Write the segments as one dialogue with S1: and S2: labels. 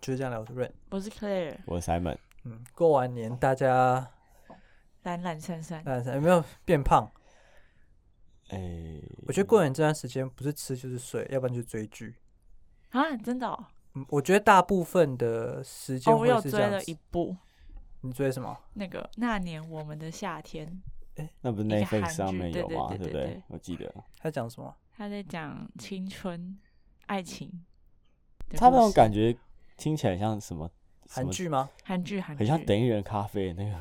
S1: 就这样了，我是 Rain。
S2: 我是 Claire，
S3: 我是 Simon，
S1: 嗯，过完年大家
S2: 懒懒散散。
S1: 但是有没有变胖？
S3: 哎、
S1: 我觉得过年这段时间不是吃就是睡，要不然就追剧。
S2: 啊，真的哦！
S1: 嗯，我觉得大部分的时间
S2: 哦，我
S1: 会
S2: 有
S1: 是这
S2: 追
S1: 样
S2: 了
S1: 子。
S2: 一部
S1: 你追什么？
S2: 那个《那年我们的夏天》，
S3: 那不是
S2: 一个
S3: Netflix
S2: 韩剧
S3: 上面有吗？
S2: 对对对
S3: 不
S2: 对对
S3: 对？我记得
S1: 他讲什么？
S2: 他在讲青春、爱情的故事。
S3: 他那种感觉听起来像什么什
S1: 韩
S3: 么，
S1: 剧吗？
S2: 韩剧，韩剧
S3: 很像等一人咖啡的那个。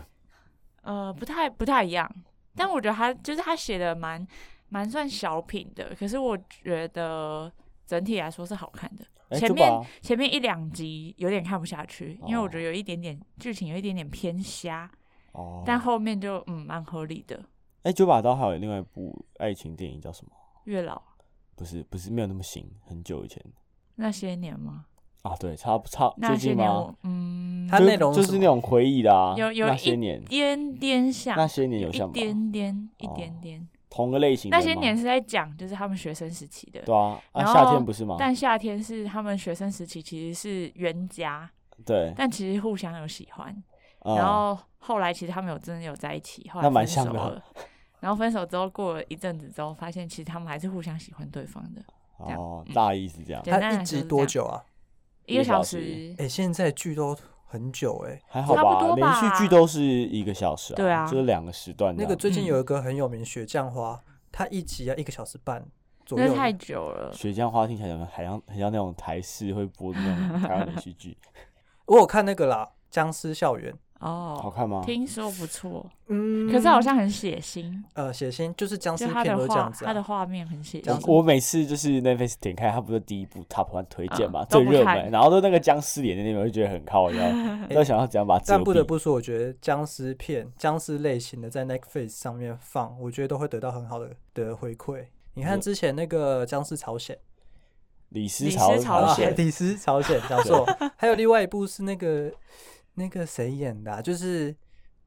S2: 呃，不太不太一样。但我觉得他就是他写的蛮蛮算小品的，可是我觉得整体来说是好看的。
S3: 哎、
S2: 前
S3: 对
S2: 面
S3: 吧？
S2: 前面一两集有点看不下去，因为我
S3: 哦
S2: 觉得有一点点剧情有一点点偏瞎，
S3: 哦，
S2: 但后面就嗯蛮合理的。
S3: 哎，九把刀还有另外一部爱情电影叫什么？
S2: 月老
S3: 不是不是没有那么新，很久以前
S2: 那些年吗？
S3: 啊，对，差不差
S2: 那
S3: 最
S2: 些
S3: 近
S2: 年
S3: 吗？
S2: 我嗯，
S1: 它
S3: 就
S1: 内容是
S3: 就
S1: 什
S3: 是
S1: 么
S3: 那种回忆的啊，
S2: 有有
S3: 那
S2: 一
S3: 些年
S2: 一点点像，
S3: 那些年有
S2: 一
S3: 像吧？
S2: 点点一
S3: 哦
S2: 点点。
S3: 同个类型的
S2: 那
S3: 吗。
S2: 些年是在讲就是他们学生时期的，
S3: 对啊，啊
S2: 然后
S3: 夏天不是吗？
S2: 但夏天是他们学生时期其实是冤家，
S3: 对，
S2: 但其实互相有喜欢，
S3: 嗯
S2: 然后后来其实他们有真的有在一起，后
S3: 那
S2: 来
S3: 蛮
S2: 分手
S3: 像的啊
S2: 了。然后分手之后，过了一阵子之后，发现其实他们还是互相喜欢对方的。这样
S3: 哦
S2: 嗯，
S3: 大意是这样，
S2: 简单
S1: 他
S2: 来
S1: 一
S2: 说
S1: 集
S2: 是这
S1: 多
S2: 样
S1: 久 啊？
S2: 一
S3: 一
S2: 个
S3: 个
S2: 小
S3: 小
S2: 时，
S1: 哎、现在剧都很久哎、
S3: 还好
S2: 差不多
S3: 连
S2: 吧
S3: 续剧都是一个小时啊，
S2: 对啊
S3: 就是两个时段
S1: 那
S3: 这样。
S1: 个最近
S2: 嗯
S1: 有一个很有名《雪降花》，它一集要一个小时半左
S2: 那
S1: 右。
S2: 太久了。
S3: 雪降花听起来很像很像那种台式会播的那种台湾连 续剧，
S1: 我有看那个啦，《僵尸校园》。
S3: 好啊
S2: 哦，
S3: 看吗？
S2: 听说不错，
S1: 嗯
S2: 可是好像很血腥，
S1: 呃，血腥就是
S3: 哦
S1: 僵尸
S2: 就他
S1: 片都是
S2: 的
S1: 这
S2: 画
S1: 样，子
S2: 他的
S1: 啊。
S2: 画面很血
S1: 僵
S2: 腥
S1: 尸。
S3: 我我每次就是 Netflix 点开，它不是第一部 Top One 推荐嘛，
S2: 嗯
S3: 最
S2: 都不
S3: 热
S2: 看
S3: 门，然后都那个僵尸脸在那边，我就觉得 很靠腰，都想要怎样把它遮
S1: 但不得
S3: 蔽。
S1: 不说，我觉得僵尸片、僵尸类型的在 Netflix 上面放，我觉得都会得到很好的的回馈。你看
S3: 是
S1: 之前那个《僵尸朝鲜
S3: 李斯
S2: 李斯
S3: 朝
S2: 朝
S3: 朝》鲜
S1: 啊，，李 斯朝鲜讲错，还有另外一部是那个那个谁演的、啊，就是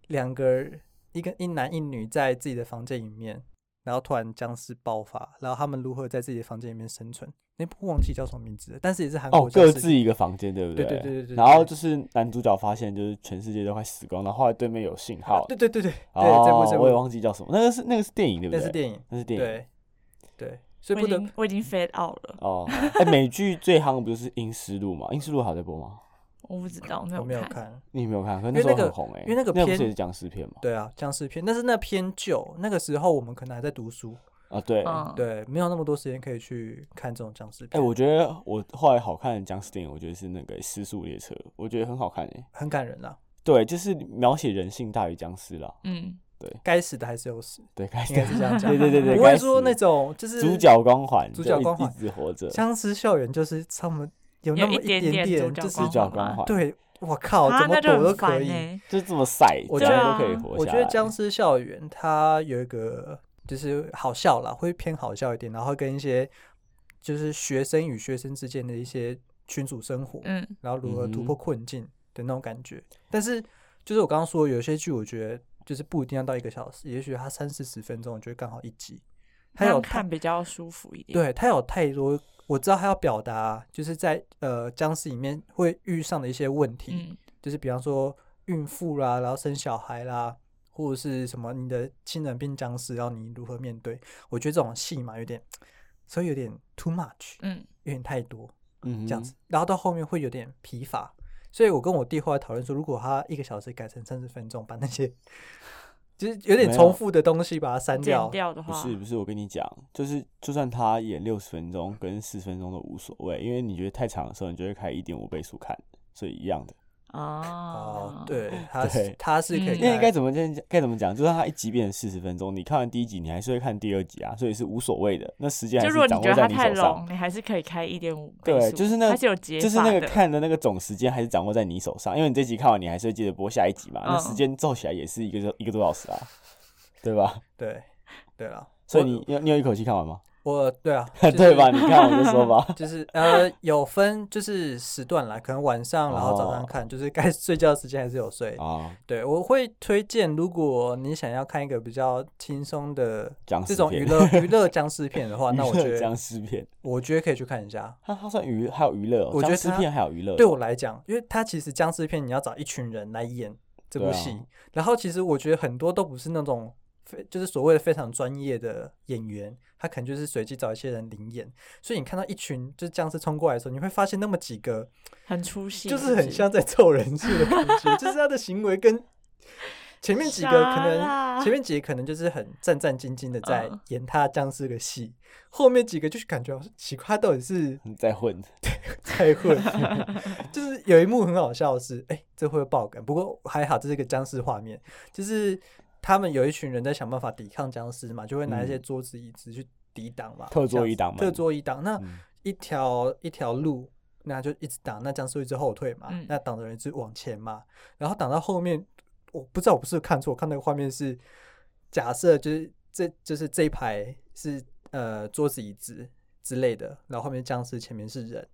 S1: 两个人一个一男一女在自己的房间里面，然后突然僵尸爆发，然后他们如何在自己的房间里面生存？那部忘记叫什么名字了，但是也是韩
S3: 哦，
S1: 国僵
S3: 各
S1: 尸
S3: 自一个房间，对不
S1: 对对
S3: 对
S1: 对对对对
S3: 然后就是男主角发现，就是全世界都快死光了，后来对面有信
S1: 啊
S3: 号，
S1: 对对对对对，这部
S3: 哦
S1: 这，
S3: 我也
S1: 部
S3: 忘记叫什么，那个是那个是电影对不
S1: 那是
S3: 对？
S1: 电影，
S3: 那是电影。
S1: 对对，所以
S2: 我
S1: 不
S2: 已
S1: 得
S2: 经我已经 fade out 了，
S3: 哦，哎，美剧最夯不就是《阴尸路》吗？《阴尸路》还在播吗？
S2: 我不知道，我没
S1: 我
S2: 有
S1: 没有
S2: 看。
S1: 看，
S3: 你有没有看？可是
S1: 因为
S3: 那时候
S1: 那个
S3: 很红哎，
S1: 因为那个
S3: 不
S1: 片
S3: 是也是僵尸片吗？
S1: 对啊，僵尸片，但是那偏旧，那个时候我们可能还在读书，
S3: 啊，对。
S2: 嗯，
S1: 对，没有那么多时间可以去看这种僵尸
S3: 哎，
S1: 片，
S3: 我觉得我后来好看的僵尸电影，我觉得是那个《失速列车》，我觉得很好看哎。
S1: 很感人啊啦。
S3: 对，就是描写人性大于僵尸啦。
S2: 嗯，
S1: 该死的还是有 死，
S3: 对，该死
S1: 应该是这样讲。
S3: 对对对对，
S1: 不
S3: 该
S1: 会
S3: 死
S1: 说那种就是
S3: 主角光环，
S1: 主角
S3: 就一
S1: 光环
S3: 一直活着，
S1: 僵尸校园，就是他们有那
S2: 有
S1: 么
S2: 一
S1: 点
S2: 点点主角
S1: 就是
S3: 主角光
S2: 光环
S3: 环，，
S1: 对，我靠，
S2: 啊
S1: 哦怎，么
S2: 那就
S1: 躲都
S2: 很
S1: 可
S2: 烦
S1: 以。
S2: 哎。
S3: 就这么晒，
S1: 我
S3: 怎么
S2: 觉得
S3: 都可以活下来。
S1: 我觉得僵尸校园它有一个就是好笑啦，会偏好笑一点，然后跟一些就是学生与学生之间的一些群组生活，
S2: 嗯，
S1: 然后如何突
S3: 嗯哼
S1: 破困境的那种感觉。但是就是我刚刚说，有些剧我觉得就是不一定要到一个小时，也许它三四十分钟，我觉得刚好一集。它
S2: 那
S1: 有
S2: 样看比较舒服一点。，
S1: 对他有太多，我知道他要表达就是在呃僵尸里面会遇上的一些问题，
S2: 嗯，
S1: 就是比方说孕妇啦，然后生小孩啦，或者是什么你的亲人变僵尸，然后你如何面对？我觉得这种戏嘛有点，所以有点 too much，
S2: 嗯，
S1: 有点太多
S3: 嗯
S1: 这样子
S3: 哼，，
S1: 然后到后面会有点疲乏。所以我跟我弟后来讨论说，如果他一个小时改成三十分钟，把那些就是有点
S3: 没有
S1: 重复的东西把它删
S2: 剪
S1: 掉，
S2: 掉的
S3: 不
S2: 话，
S3: 是
S1: 啊
S3: 不是，我跟你讲，就是就算他演六十分钟跟四十分钟都无所谓，因为你觉得太长的时候，你就会开一点五倍速看，所以一样的。
S2: 哦啊
S1: 哦，，， 对，他是
S3: 对
S1: 他是可以
S2: 嗯
S1: 开，
S3: 因为该怎么讲该怎么讲，就算他一集变成四十分钟，你看完第一集，你还是会看第二集啊，所以是无所谓的。那时间还
S2: 就如果
S3: 是
S2: 你
S3: 掌
S2: 觉
S3: 握
S2: 得它
S3: 在你
S2: 太
S3: 手上
S2: long，，你还是可以开一点五倍
S3: 对
S2: 速
S3: 就是那
S2: 它是有解
S3: 就是
S2: 法
S3: 那个
S2: 的
S3: 看的那个总时间还是掌握在你手上，因为你这集看完，你还是会接着播下一集嘛，那
S2: 嗯
S3: 时间凑起来也是一个多一个多小时啊，对吧？
S1: 对，对了，
S3: 所以
S1: 我
S3: 你你有你有一口气看完吗？，
S1: 我对啊
S3: 对吧？
S1: 就
S3: 你
S1: 是，
S3: 看我就 说吧
S1: 就是呃，有分就是时段啦，可能晚上，然后早上
S3: 哦
S1: 看，就是该 睡觉的时间还是有睡。
S3: 啊，
S1: 对，我会推荐，如果你想要看一个比较轻松的
S3: 僵尸
S1: 这种
S3: 片
S1: 娱乐娱乐僵尸片的话，那我
S3: 娱乐
S1: 觉
S3: 僵
S1: 得
S3: 尸片，
S1: 我觉得可以去看一下。
S3: 它它算娱还有娱乐哦，
S1: 我觉得
S3: 僵尸
S1: 它
S3: 片还有娱乐，
S1: 对我来讲，因为它其实僵尸片你要找一群人来演这部
S3: 对啊
S1: 戏，然后其实我觉得很多都不是那种非就是所谓的非常专业的演员，他可能就是随机找一些人领演，所以你看到一群就是僵尸冲过来的时候，你会发现那么几个
S2: 很出戏，
S1: 就是很像在凑 人数的感觉，就是他的行为跟前面几个可
S2: 傻
S1: 能
S2: 啦
S1: 前面几个可能就是很战战兢兢的在
S2: 嗯
S1: 演他僵尸的戏，后面几个就是感觉好像奇怪，他到底是
S3: 在混，
S1: 太混，就是有一幕很好笑的是，哎、这会不会爆梗？不过还好，这是一个僵尸画面，就是他们有一群人在想办法抵抗僵尸嘛，就会拿一些
S3: 嗯
S1: 桌子椅子去抵挡嘛，
S3: 特桌椅
S1: 这样
S3: 挡
S1: 子
S3: 嘛
S1: 特桌椅挡，那
S3: 嗯
S1: 一条、一条路。那就一直挡，那僵尸一直后退嘛，
S2: 嗯
S1: 那挡的人一直往前嘛，然后挡到后面，我不知道我不是看错，我看那个画面是假设就是这就是这一排是呃桌子椅子之类的，然后后面僵尸，前面是人，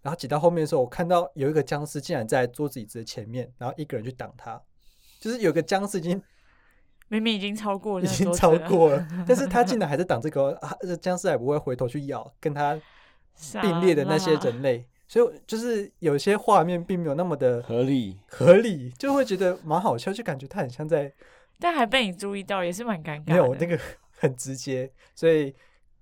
S1: 然后挤到后面的时候，我看到有一个僵尸竟然在桌子椅子的前面，然后一个人去挡他，就是有个僵尸已经
S2: 明明已经超过
S1: 已
S2: 那个
S1: 经
S2: 桌子
S1: 超
S2: 了，
S1: 过 了，但是他竟然还在挡这个哦，啊，这僵尸还不会回头去咬跟他
S2: 傻
S1: 并列的啊那些
S2: 啦
S1: 人类，所以我就是有些画面并没有那么的
S3: 合理，
S1: 合理，就会觉得蛮好笑，就感觉他很像在
S2: 但还被你注意到，也是蛮尴尬的。
S1: 没有那个 很直接，所以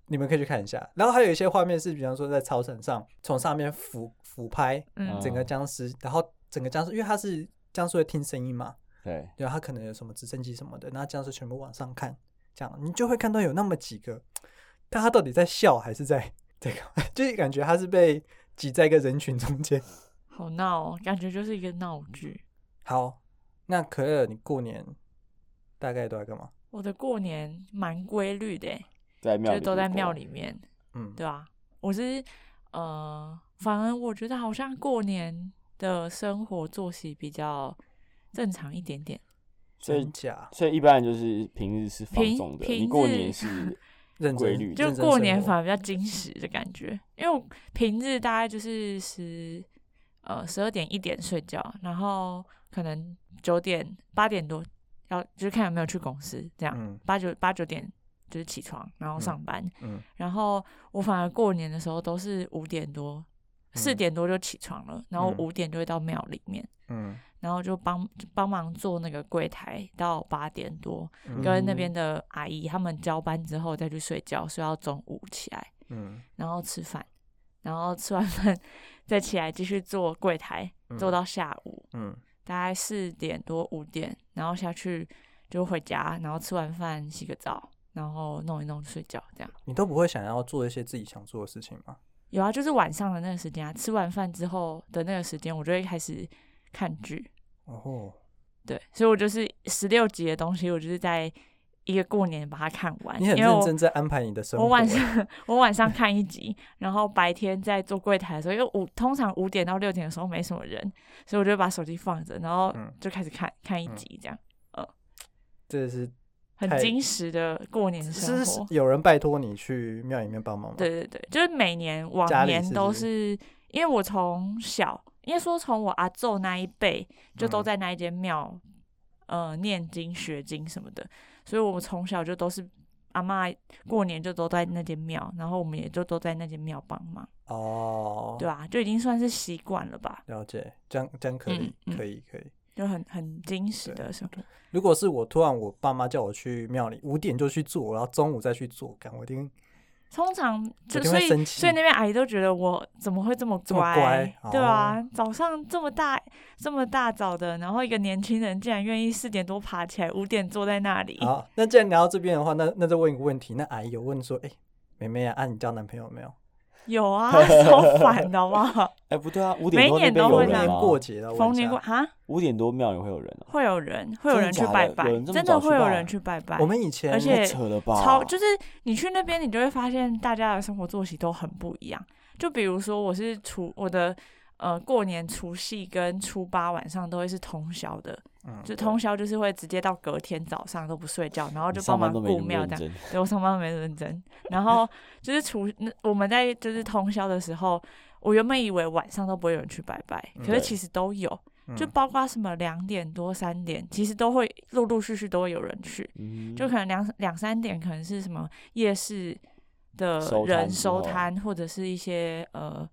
S1: 你们可以去看一下。然后还有一些画面是，比方说在操场上从上面俯俯拍
S2: 嗯
S1: 整个僵尸，然后整个僵尸，因为它是僵尸会听声音嘛，
S3: 对，
S1: 然后它可能有什么直升机什么的，那僵尸全部往上看，这样你就会看到有那么几个，但他到底在笑还是在 在干嘛，就是感觉他是被挤在一个人群中间。
S2: 好闹、哦，感觉就是一个闹剧。
S1: 好，那可乐，你过年大概都在干嘛？
S2: 我的过年蛮规律的欸，
S3: 在
S2: 就
S3: 庙
S2: 是
S3: 里
S2: 都在
S3: 度过
S2: 庙，里面，
S1: 嗯，
S2: 对啊，我是呃，反而我觉得好像过年的生活作息比较正常一点点，
S3: 所以
S1: 真假
S3: 所以一般人就是平日是放
S2: 平
S3: 纵的，
S2: 平
S3: 你过
S2: 日
S3: 年是
S1: 认
S3: 规
S1: 真
S3: 律
S2: 就
S1: 认真
S2: 过
S1: 生
S2: 年
S1: 活
S2: 反而比较矜持的感觉，因为我平日大概就是十呃十二点一点睡觉，然后可能九点八点多要就是看有没有去公司这样，
S1: 嗯
S2: 八九八九点就是起床，然
S1: 嗯
S2: 后上班，
S1: 嗯
S2: 然后我反而过年的时候都是五点多、四
S1: 嗯
S2: 点多就起床了，然后
S1: 嗯
S2: 五点就会到庙里面，
S1: 嗯，
S2: 然后就帮就帮忙做那个柜台到八点多，
S1: 嗯
S2: 跟那边的阿姨他们交班之后再去睡觉，睡到中午起来，
S1: 嗯
S2: 然后吃饭，然后吃完饭再起来继续做柜台，做
S1: 嗯
S2: 到下午，
S1: 嗯
S2: 大概四点多五点，然后下去就回家，然后吃完饭洗个澡，然后弄一弄睡觉，这样。
S1: 你都不会想要做一些自己想做的事情吗？
S2: 有啊，就是晚上的那个时间啊，吃完饭之后的那个时间，我就会开始看剧。
S1: 哦，
S2: 对，所以我就是十六集的东西，我就是在一个过年把它看完。
S1: 你很
S2: 因为
S1: 认
S2: 我
S1: 真在安排你的生活欸。
S2: 我晚上我晚上看一集，然后白天在做柜台的时候，因为五通常五点到六点的时候没什么人，所以我就把手机放着，然后
S1: 嗯
S2: 就开始看看一
S1: 嗯
S2: 集这样。
S1: 这是
S2: 很
S1: 太
S2: 矜持的过年生
S1: 是是
S2: 活。
S1: 有人拜托你去庙里面帮忙吗？
S2: 对，对对，就是每年往
S1: 哦家里
S2: 年
S1: 是
S2: 都
S1: 不是
S2: 是，因为我从小，应该说从我阿昼那一辈就都
S1: 嗯
S2: 在那一间庙，呃，念经学经什么的，所以我从小就都是阿妈过年就都在那间庙，然后我们也就都在那间庙帮忙，
S1: 哦，
S2: 对啊，就已经算是习惯了吧，
S1: 了解，这样这样可以，
S2: 嗯嗯
S1: 可以，可以。
S2: 就很很矜持
S1: 对
S2: 的生活。
S1: 如果是我突然我爸妈叫我去庙里五点就去做，然后中午再去做，干我一定
S2: 通常
S1: 一
S2: 就
S1: 定
S2: 所
S1: 会
S2: 以
S1: 生气
S2: 所以那边阿姨都觉得我怎么会这么
S1: 这么乖
S2: 对啊，早上这么大这么大早的，然后一个年轻人竟然愿意四点多爬起来，五点坐在那里，
S1: 好。那既然聊到这边的话，那那再问一个问题，那阿姨有问说，哎、妹妹啊，啊你交男朋友没有？
S2: 有啊， 超烦的好不好？
S3: 哎不对啊，五
S2: 每
S3: 点多那
S2: 年
S3: 边
S2: 都
S3: 有
S2: 会
S1: 逢
S2: 这
S3: 人
S1: 年
S2: 样
S3: 吗？
S1: 过节了，
S2: 逢年过啊，
S3: 五点多庙里会有人哦，
S2: 会有人会有
S3: 真的
S2: 人去
S3: 假的
S2: 拜拜，
S3: 有人这么
S2: 真
S3: 早
S2: 的
S3: 去
S2: 会有
S3: 拜
S2: 人去拜拜。
S1: 我们以前
S2: 而且
S3: 太扯了吧？
S2: 超就是你去那边，你就会发现大家的生活作息都很不一样。就比如说，我是除我的呃过年除夕跟初八晚上都会是通宵的，
S1: 嗯，
S2: 就通宵就是会直接到隔天早上都不睡觉，然后
S3: 你
S2: 就帮
S3: 上
S2: 忙
S3: 班都没
S2: 顾
S3: 那么
S2: 庙
S3: 认
S2: 这样。
S3: 真，
S2: 对我上班都没认真，然 后就是除那我们在就是通宵的时候，我原本以为晚上都不会有人去拜拜，可
S3: 嗯对
S2: 是其实都有，就
S1: 嗯
S2: 包括什么两点多、三点，其实都会陆陆续续都会有人去，
S3: 嗯，
S2: 就可能两两三点可能是什么夜市的
S3: 收摊
S2: 人
S3: 之
S2: 收
S3: 后
S2: 摊，或者是一些呃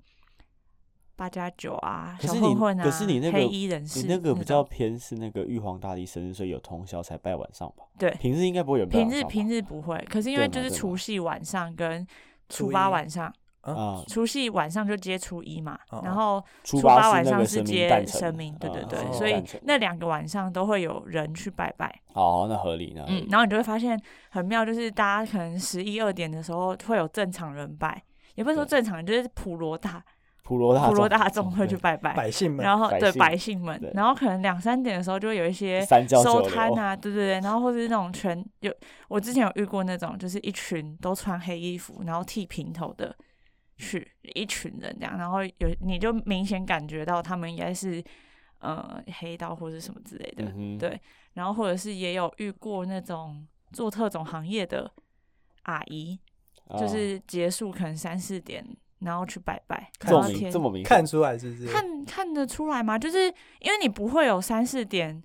S2: 八加九啊、
S3: 可
S2: 小
S3: 是
S2: 混
S3: 你
S2: 混啊、
S3: 可是你那
S2: 黑
S3: 个
S2: 衣人士
S3: 你那个比
S2: 种
S3: 较偏是那个玉皇大帝生日，所以有通宵才拜晚上吧？
S2: 对
S3: 平日应该不会有人拜
S2: 平
S3: 晚
S2: 日
S3: 上吧。
S2: 平日不会，可是因为
S3: 对
S2: 就
S3: 嘛
S2: 是
S3: 对嘛
S2: 除夕晚上跟
S1: 初
S2: 初八
S1: 一
S2: 晚上。
S3: 啊，
S2: 除夕晚上就接初一嘛，
S1: 哦
S2: 然后
S3: 初
S2: 八
S3: 八
S2: 晚
S3: 是那
S2: 上
S3: 个
S2: 是
S3: 神
S2: 接
S3: 明诞辰
S2: 神明，对对
S3: 啊
S2: 对，
S1: 神明
S2: 所以
S3: 诞辰
S2: 那两个晚上都会有人去拜拜，
S3: 好，那合理，那合
S2: 嗯
S3: 理，
S2: 然后你就会发现很妙，就是大家可能十一二点的时候会有正常人拜，也不是说
S3: 对
S2: 正常人，就是普罗大
S3: 普罗大
S2: 普罗
S3: 众哦嗯
S2: 大众会去拜拜，
S1: 百姓们，
S2: 然后
S3: 百
S2: 对
S3: 姓
S2: 百姓们
S3: 对，
S2: 然后可能两三点的时候就会有一些
S3: 三教
S2: 收
S3: 九
S2: 摊
S3: 流，
S2: 啊，对对对，然后或者是那种全有，我之前有遇过那种，就是一群都穿黑衣服，然后剃平头的去一群人这样，然后有你就明显感觉到他们应该是呃黑道或者什么之类的，
S3: 嗯哼，
S2: 对然后或者是也有遇过那种做特种行业的阿姨，
S3: 啊
S2: 就是结束可能三四点，然后去拜拜，
S3: 这
S2: 然
S3: 么
S2: 后
S3: 明
S2: 天
S3: 这么明显
S1: 看出来是不是？
S2: 看看得出来吗？就是因为你不会有三四点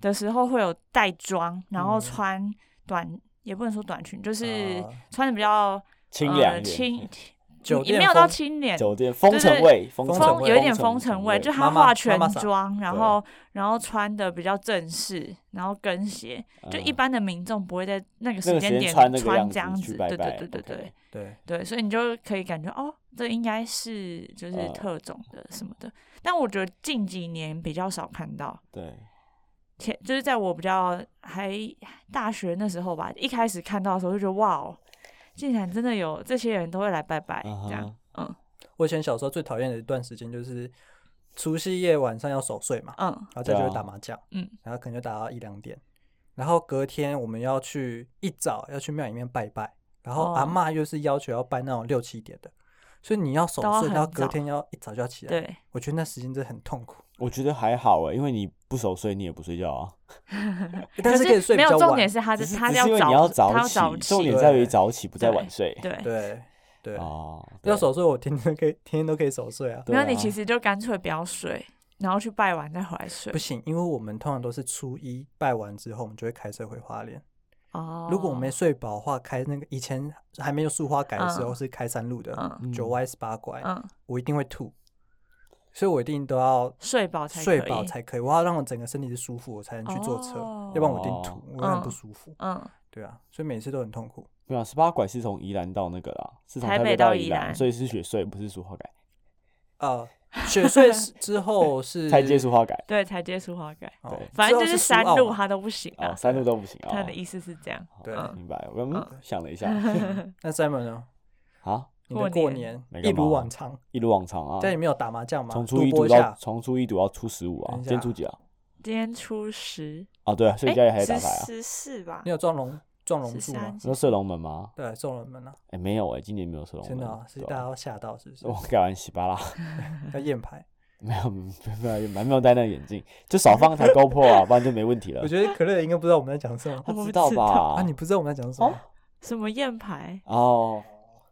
S2: 的时候会有带妆，然后
S1: 嗯
S2: 穿短、也不能说短裙，就是
S1: 啊
S2: 穿的比较
S3: 清
S2: 呃
S3: 凉一点
S2: 清，
S1: 酒
S2: 也
S1: 店
S2: 没有到
S1: 风
S2: 清脸，
S3: 酒店风尘味，风
S1: 风
S3: 尘
S1: 尘
S2: 风
S3: 味
S2: 有一点
S3: 风
S2: 风
S3: 尘
S2: 尘味，就
S1: 妈
S2: 她
S1: 妈
S2: 化
S1: 妈
S2: 全
S1: 妈桑
S2: 妆，然后然后穿的比较正式，然后跟鞋，就一
S3: 嗯
S2: 般的民众不会在那个
S3: 那
S2: 时
S3: 个时
S2: 间
S3: 间
S2: 点
S3: 穿那个样
S2: 这样
S3: 子去
S2: 子，
S3: 拜
S2: 对
S3: 拜
S2: 对对对
S3: OK
S2: 对。
S1: 对，
S2: 对，所以你就可以感觉哦，这应该是就是
S3: 呃
S2: 特种的什么的。但我觉得近几年比较少看到，
S3: 对，
S2: 前就是在我比较还大学那时候吧，一开始看到的时候就觉得哇哦，竟然真的有这些人都会来拜拜、
S3: 嗯
S2: 这样
S3: 哼，
S2: 嗯
S1: 我以前小时候最讨厌的一段时间就是除夕夜晚上要守岁嘛，
S2: 嗯
S1: 然后再就是
S3: 对啊
S1: 打麻将，
S2: 嗯，
S1: 然后可能就打到一两点，然后隔天我们要去一早要去庙里面拜拜，然后阿
S2: 哦
S1: 嬷又是要求要拜那种六七点的，所以你要守
S2: 都要
S1: 岁，然后
S2: 很
S1: 隔
S2: 早
S1: 天要一早就要起来，
S2: 对，
S1: 我觉得那时间真的很痛苦，
S3: 我觉得还好哎，因为你不守岁，你也不睡觉啊，
S1: 但
S2: 是
S1: 可以睡
S2: 没
S1: 比较
S2: 有重点
S1: 晚，
S2: 是他
S3: 只是
S2: 他
S3: 只是因为
S2: 早
S3: 你要
S2: 他要
S3: 起，
S2: 起，
S3: 重点在于
S1: 对
S3: 早起，不在
S2: 对
S3: 晚睡
S2: 对。
S1: 对对，
S3: 哦，对
S1: 要守岁我天天可以 天天都可以守岁啊，
S3: 对
S2: 没有你
S3: 啊
S2: 其实就干脆不要睡，然后去拜完再回来睡
S1: 不。行，因为我们通常都是初一拜完之后，我们就会开车回花莲。
S2: 哦，
S1: 如果我没睡饱的话，开那个以前还没有塑化改的时候
S2: 嗯
S1: 是开山路的，
S2: 嗯
S1: 九歪十八拐，
S2: 嗯
S1: 我一定会吐，所以我一定都要
S2: 睡饱才
S1: 睡
S2: 可
S1: 饱
S2: 以
S1: 才可以，我要让我整个身体是舒服，我才能去坐车，
S2: 哦
S1: 要不然我一定吐，我会很不
S2: 嗯
S1: 舒服。
S2: 嗯。
S1: 对啊，所以每次都很痛苦。
S3: 对啊，十八拐是从宜兰到那个啦，是从
S2: 台
S3: 台
S2: 北
S3: 北
S2: 到
S3: 到
S2: 宜
S3: 宜兰，
S2: 兰
S3: 所以是雪隧，不是苏花改，
S1: 呃，雪 隧是之后是
S3: 才接苏花改
S2: 对，才接触花改，
S1: 哦
S3: 对
S2: 反正就
S1: 之后是苏
S2: 山
S1: 澳
S2: 路
S1: 嘛
S2: 他都不行
S3: 哦，
S2: 啊。
S3: 山路都不行啊。
S2: 他的意思是这样，
S3: 好
S1: 对
S2: 嗯
S3: 明白。我刚
S2: 嗯
S3: 想了 一下
S1: 那 Simon 呢？
S3: 啊，
S1: 你的
S2: 过
S1: 过
S2: 年
S1: 年
S3: 没
S1: 一
S3: 干嘛
S1: 如往常，
S3: 一如往常啊，
S1: 但你没有打麻将吗？
S3: 从初
S1: 赌
S3: 一
S1: 博
S3: 赌
S1: 一
S3: 到
S1: 下，
S3: 从初一赌到初十五啊，
S1: 等一下
S3: 今天初几啊？
S2: 今天初十，哎
S3: 啊，对啊，所以家里还在打牌啊。
S2: 十四吧
S1: 你，有撞龙撞龙柱
S2: 十
S1: 吗
S2: 三？，
S3: 那射龙门吗？
S1: 对，撞龙门啊，
S3: 哎，没有哎，今年没有射龙门，
S1: 真的啊，是
S3: 对哦
S1: 大家要吓到是不是？
S3: 我改完洗巴啦，
S1: 要验 牌。
S3: 没有没有没有没有戴那个眼镜，就少放一台 GoPro 啊，不然就没问题了
S1: 我。觉得可乐应该不知道我们在讲什么
S2: 我
S3: 他
S2: 不
S3: 知道
S2: 知道
S1: 啊，
S3: 吧
S1: 你？不知道我们在讲
S2: 哦
S1: 什么？
S2: 什么验牌？
S3: 哦，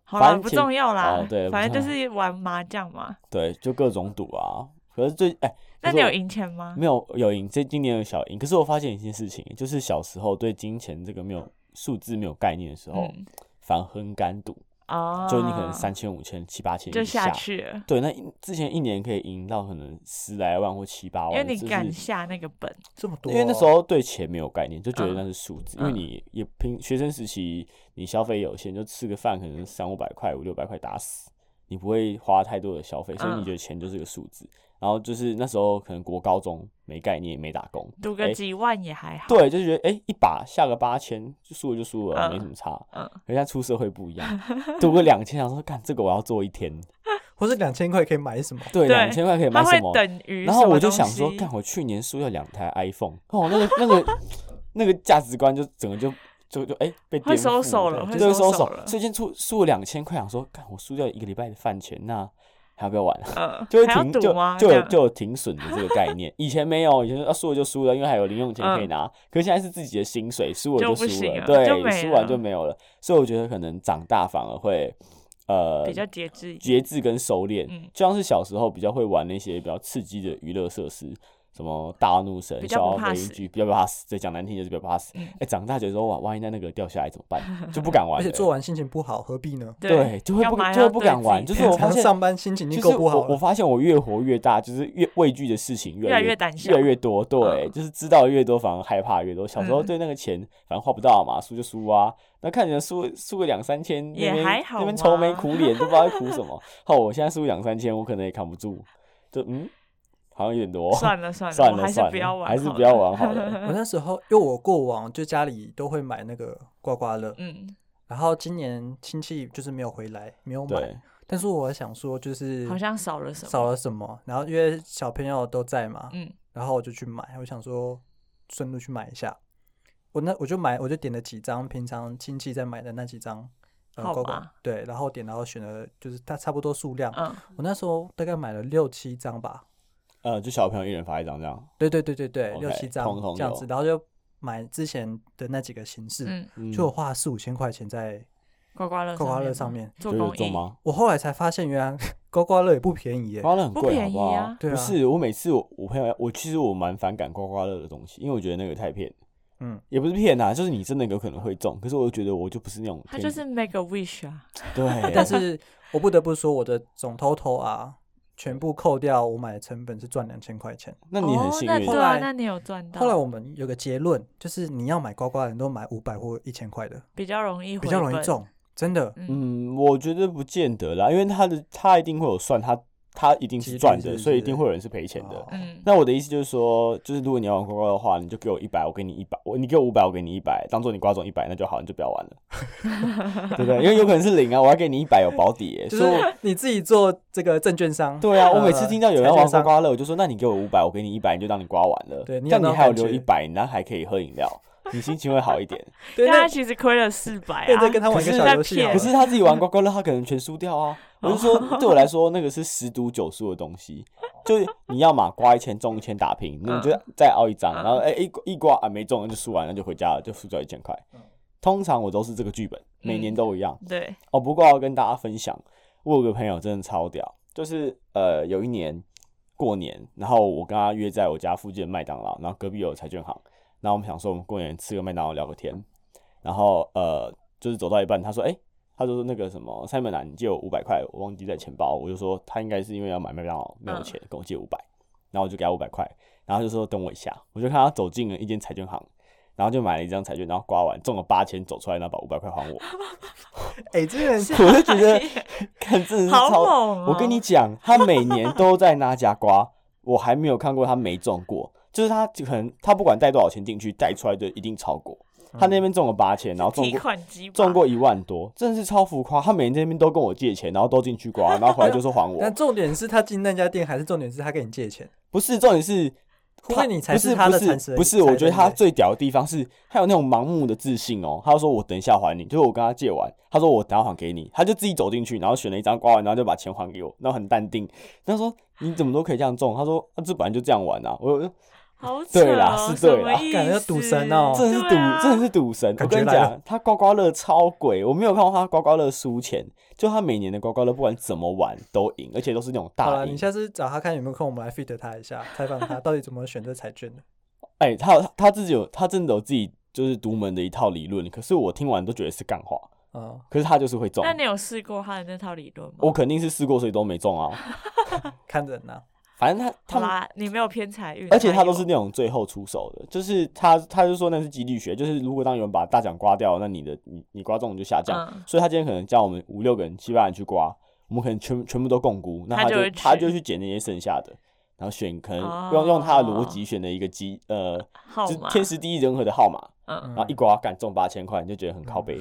S2: 好啦，
S3: 番
S2: 不
S3: 茄
S2: 重要啦
S3: 哦，对
S2: 反
S3: 不
S2: 正就
S3: 重
S2: 是玩麻将嘛。
S3: 对，就各种赌啊。可是最哎，
S2: 那
S3: 可是
S2: 你有
S3: 我
S2: 赢钱吗？
S3: 没有有赢，这今年有小赢。可是我发现一件事情，就是小时候对金钱这个没有数字没有概念的时候，
S2: 嗯，
S3: 反而很敢赌，
S2: 哦，
S1: 啊
S3: 就你可能三千、五千、七八千
S2: 就
S3: 以
S2: 下去了，
S3: 对，那一之前一年可以赢到可能十来万或七八
S2: 因
S3: 万，
S2: 为你
S3: 就是
S2: 敢下那个本，
S1: 这么多哦，
S3: 因为那时候对钱没有概念，就觉得
S2: 嗯
S3: 那是数字，
S2: 嗯
S3: 因为你也平学生时期你消费有限，就吃个饭可能三五百块、五六百块打死，你不会花太多的消费，所以
S2: 嗯
S3: 你觉得钱就是个数字。然后就是那时候可能国高中没概念，没打工，
S2: 赌个
S3: 哎
S2: 几万也还好。
S3: 对，就觉得哎、一把下个八千，就输了就输了，啊
S2: 嗯
S3: 没什么差。
S2: 嗯
S3: 人家出社会不 一样，赌个两千，想说干这个我要做一天，
S1: 或是两千块可以买什么？
S3: 对，
S2: 对
S3: 两千块可以买
S2: 它
S3: 什
S2: 会
S3: 么？
S2: 等于
S3: 然
S2: 什
S3: 后
S2: 么
S3: 我就
S2: 东
S3: 想说，
S2: 西
S3: 干我去年输了两台 iPhone，哦，那个那个那个价值观就整个就就就哎、被
S2: 会
S3: 颠
S2: 收
S3: 覆
S2: 手了会
S3: 对，就
S2: 收
S3: 收
S2: 手了
S3: 所以今天出输了两千块，想说干我输掉一个礼拜的饭钱，那还要不要玩啊？
S2: 呃，
S3: 就会
S2: 还要
S3: 停，
S2: 赌
S3: 就
S2: 吗？
S3: 就
S2: 这
S3: 有
S2: 样
S3: 就有停损的这个 概念。以前没有，以前啊输了就输了，因为还有零用钱可以拿。可是现在是自己的薪水，输了
S2: 嗯就不
S3: 输
S2: 行了
S3: 对
S2: 就没，
S3: 输完
S2: 了
S3: 就没有了。所以我觉得可能长大反而会呃
S2: 比较节制一点，
S3: 节制跟收敛，
S2: 嗯
S3: 就像是小时候比较会玩那些比较刺激的娱乐设施，什么大怒神、
S2: 比较
S3: 小
S2: 不
S3: 奥
S2: 怕
S3: 飞
S2: 死
S3: 机，比较不怕死。再讲难听就是比较不怕死。哎、
S2: 嗯
S3: 长大觉得说哇，万一在那个掉下来怎么 办？就不敢玩
S1: 而
S3: 了。
S1: 且做完心情不好，何必呢？
S3: 对，就会
S2: 干
S3: 不
S2: 嘛
S3: 就
S2: 要
S3: 会不
S2: 对
S3: 敢
S2: 自己
S3: 玩。就是我发
S1: 常
S3: 现
S1: 上班心情已
S3: 就
S1: 经
S3: 是
S1: 够不
S3: 我
S1: 好
S3: 我
S1: 了，
S3: 发现我越活越大，就是越畏惧的事情越
S2: 越来
S3: 越
S2: 越胆
S3: 越来
S2: 小
S3: 越多。对，
S2: 嗯
S3: 就是知道的越多，反而害怕越多。小时候
S2: 嗯
S3: 对那个钱，反正花不到嘛，输就输啊。那看人家输输个两三千，那
S2: 也
S3: 边
S2: 还好啊
S3: 那边愁眉
S2: 嘛
S3: 苦脸，都不知道在苦什么。哦，我现在输两三千，我可能也扛不住，就嗯，好像有点多。
S2: 算了算了，
S3: 算
S2: 我
S3: 了
S2: 还是
S3: 算
S2: 不
S3: 了
S2: 要玩，
S3: 还是不要。玩好 了。
S2: 嗯
S1: 我那时候因为我过往就家里都会买那个刮刮乐，
S2: 嗯，
S1: 然后今年亲戚就是没有回来，没有买，
S3: 对，
S1: 但是我想说就是
S2: 好像少了什么，
S1: 少了什么，然后因为小朋友都在嘛，
S2: 嗯
S1: 然后我就去买，我想说顺路去买一下。我那我就买，我就点了几张平常亲戚在买的那几张，呃，
S2: 号
S1: 刮刮
S2: 码
S1: 对，然后点然后选了就是它差不多数量，
S2: 嗯，
S1: 我那时候大概买了六七张吧，
S3: 呃，就小朋友一人发一张这样。
S1: 对对对对对，六
S3: OK，
S1: 七张
S3: 通通
S1: 这样
S3: 有
S1: 子，然后就买之前的那几个形式，
S2: 嗯，
S3: 嗯
S1: 就我花了四五千块钱在
S2: 刮刮乐
S1: 刮刮乐
S2: 上
S1: 上
S2: 面
S1: 面，
S2: 做
S3: 就有
S2: 公
S3: 中
S2: 益，
S3: 吗？
S1: 我后来才发现原来 刮刮乐也不便宜耶，
S3: 刮刮乐很
S2: 不
S3: 贵，好
S2: 便
S3: 不
S2: 宜
S3: 好？
S2: 啊
S1: 对
S3: 不
S1: 啊
S3: 是，我每次我我朋友要我其实我蛮反感刮刮乐的东西，因为我觉得那个太骗。
S1: 嗯，
S3: 也不是骗啊，就是你真的有可能会中，可是我就觉得我就不是那种
S2: 他
S3: 天
S2: 就
S3: 生
S2: 是 make a wish 啊，
S3: 对，
S1: 但是我不得不说我的总 total 啊，全部扣掉我买的成本是赚两千块钱。
S3: 那你很
S2: 哦
S3: 幸
S2: 那
S3: 运，
S2: 对
S1: 后
S2: 啊，
S1: 来
S2: 那你有赚到，
S1: 后来我们有个结论，就是你要买刮刮的，你都买五百或一千块的，
S2: 比较容易
S1: 比较
S2: 回
S1: 容易
S2: 本，
S1: 中，真的。
S2: 嗯，
S3: 嗯，我觉得不见得啦，因为他的他一定会有算，他他一定
S1: 几
S3: 是
S1: 率
S3: 赚
S1: 是
S3: 的，
S1: 不
S3: 所以一
S1: 是
S3: 定会有人是赔钱的
S1: 哦。
S2: 嗯，
S3: 那我的意思就是说，就是如果你要玩刮刮的话，你就给我一百，我给你一百，我你给我五百，我给你一百，当做你刮中一百，那就好，你就不要玩了，对不对？因为有可能是零啊，我要给你一百有保底耶，
S1: 就
S3: 所以我
S1: 是你自己做这个证券 商，
S3: 对啊，我每次
S1: 呃
S3: 听到有人
S1: 财
S3: 玩
S1: 券
S3: 刮
S1: 商
S3: 刮乐，我就说，那你给我五百，我给你一百，你就当你刮完了。
S1: 对你
S3: 这样
S1: 有那
S3: 你
S1: 种
S3: 还有
S1: 感
S3: 留一
S1: 觉
S3: 百，那还可以喝饮料， 你心情会好一点。
S1: 对
S2: 但
S1: 那
S2: 他其实亏了四百
S1: 对
S2: 啊，
S1: 对，跟他玩一个
S3: 可是
S1: 小
S2: 在
S1: 游戏啊
S2: 骗
S1: 好
S3: 可
S1: 了，
S3: 是他自己玩刮刮乐，他可能全输掉 啊。我是说，对我来说，那个是十赌九输的东西，就是你要嘛刮一千中一千打平，
S1: 嗯
S3: 那你就再凹一张，然后哎、一一刮啊没中，那就输完了就回家了，就输掉一千块。
S1: 嗯
S3: 通常我都是这个剧本，每年都一样。
S2: 对，
S3: 哦，不过要跟大家分享，我有个朋友真的超屌，就是呃，有一年过年，然后我跟他约在我家附近的麦当劳，然后隔壁有财券行，然后我们想说我们过年吃个麦当劳聊个天，然后呃，就是走到一半，他说，哎、他就说那个什么，Simon 啊，你借我五百块，我忘记在钱包，我就说他应该是因为要买麦当劳没有
S2: 嗯
S3: 钱，跟我借五百，然后我就给他五百块，然后他就说等我一下，我就看他走进了一间财券行。然后就买了一张彩券，然后刮完中了八千，走出来，然后把五百块还我。
S1: 哎，这个人
S3: 我就 觉得看真的是
S2: 好
S3: 超。
S2: 猛哦，
S3: 我跟你讲，他每年都在那家刮，我还没有看过他没中过。就是他可能他不管带多少钱进去，带出来就一定超过。他那边中了八千，然后中
S2: 提
S3: 过
S2: 款机吧
S3: 中过一万多，真的是超浮夸。他每年在那边都跟我借钱，然后都进去刮，然后回来就说还 我
S1: 但。重点是他进那家店，还是重点是他跟你借钱？
S3: 不是重点是
S1: 除
S3: 他，
S1: 非你才
S3: 不
S1: 是
S3: 是
S1: 他
S3: 不
S1: 的
S3: 是
S1: 蚕食
S3: 不是，
S1: 人
S3: 我觉得他
S1: 才对不对
S3: 最屌的地方是，他有那种盲目的自信哦。他就说我等一下还你，就是我跟他借完，他说我等一下还给你，他就自己走进去，然后选了一张刮完，然后就把钱还给我，然后很淡定。他说你怎么都可以这样中？他说啊，这本来就这样玩啊。我我
S2: 好扯
S3: 对啦
S2: 哦
S3: 是对
S2: 什么
S3: 啦
S2: 意
S1: 感觉要
S2: 思
S1: 赌神哦
S3: 真的是赌，
S2: 对啊
S3: 真的是赌神。我
S1: 感觉
S3: 跟你
S1: 来了
S3: 讲，他刮刮乐超鬼，我没有看过他刮刮乐输钱，就他每年的刮刮乐不管怎么玩都赢，而且都是那种
S1: 好
S3: 大
S1: 了，
S3: 赢
S1: 你。下次找他看有没有空，我们来 fit 他一下，采访他到底怎么选择彩券的。
S3: 哎、他有他自己有他真的有自己就是独门的一套理论，可是我听完都觉得是干话。
S1: 嗯，
S3: 可是他就是会中。
S2: 那你有试过他的那套理论吗？
S3: 我肯定是试过，所以都没中 啊。
S1: 看人呐，
S3: 反正他
S2: 好
S3: 他，
S2: 啦，你没有偏财运，
S3: 而且他都
S2: 有
S3: 是那种最后出手的，就是他他就说那是几率学，就是如果当有人把大奖刮掉，那你的你你刮中你就下降。
S2: 嗯
S3: 所以他今天可能叫我们五六个人、七八人去刮，我们可能全全部都共估，那
S2: 他
S3: 他
S2: 就
S3: 就
S2: 会去
S3: 他
S2: 哦
S3: 就去捡那些剩下的。然后选可能用用他的逻辑选了一个机呃，
S2: 号
S3: 就是
S2: 码，
S3: 天时地利人和的号码，
S2: 嗯，
S3: 然后一刮敢中八千块，你就觉得很靠背。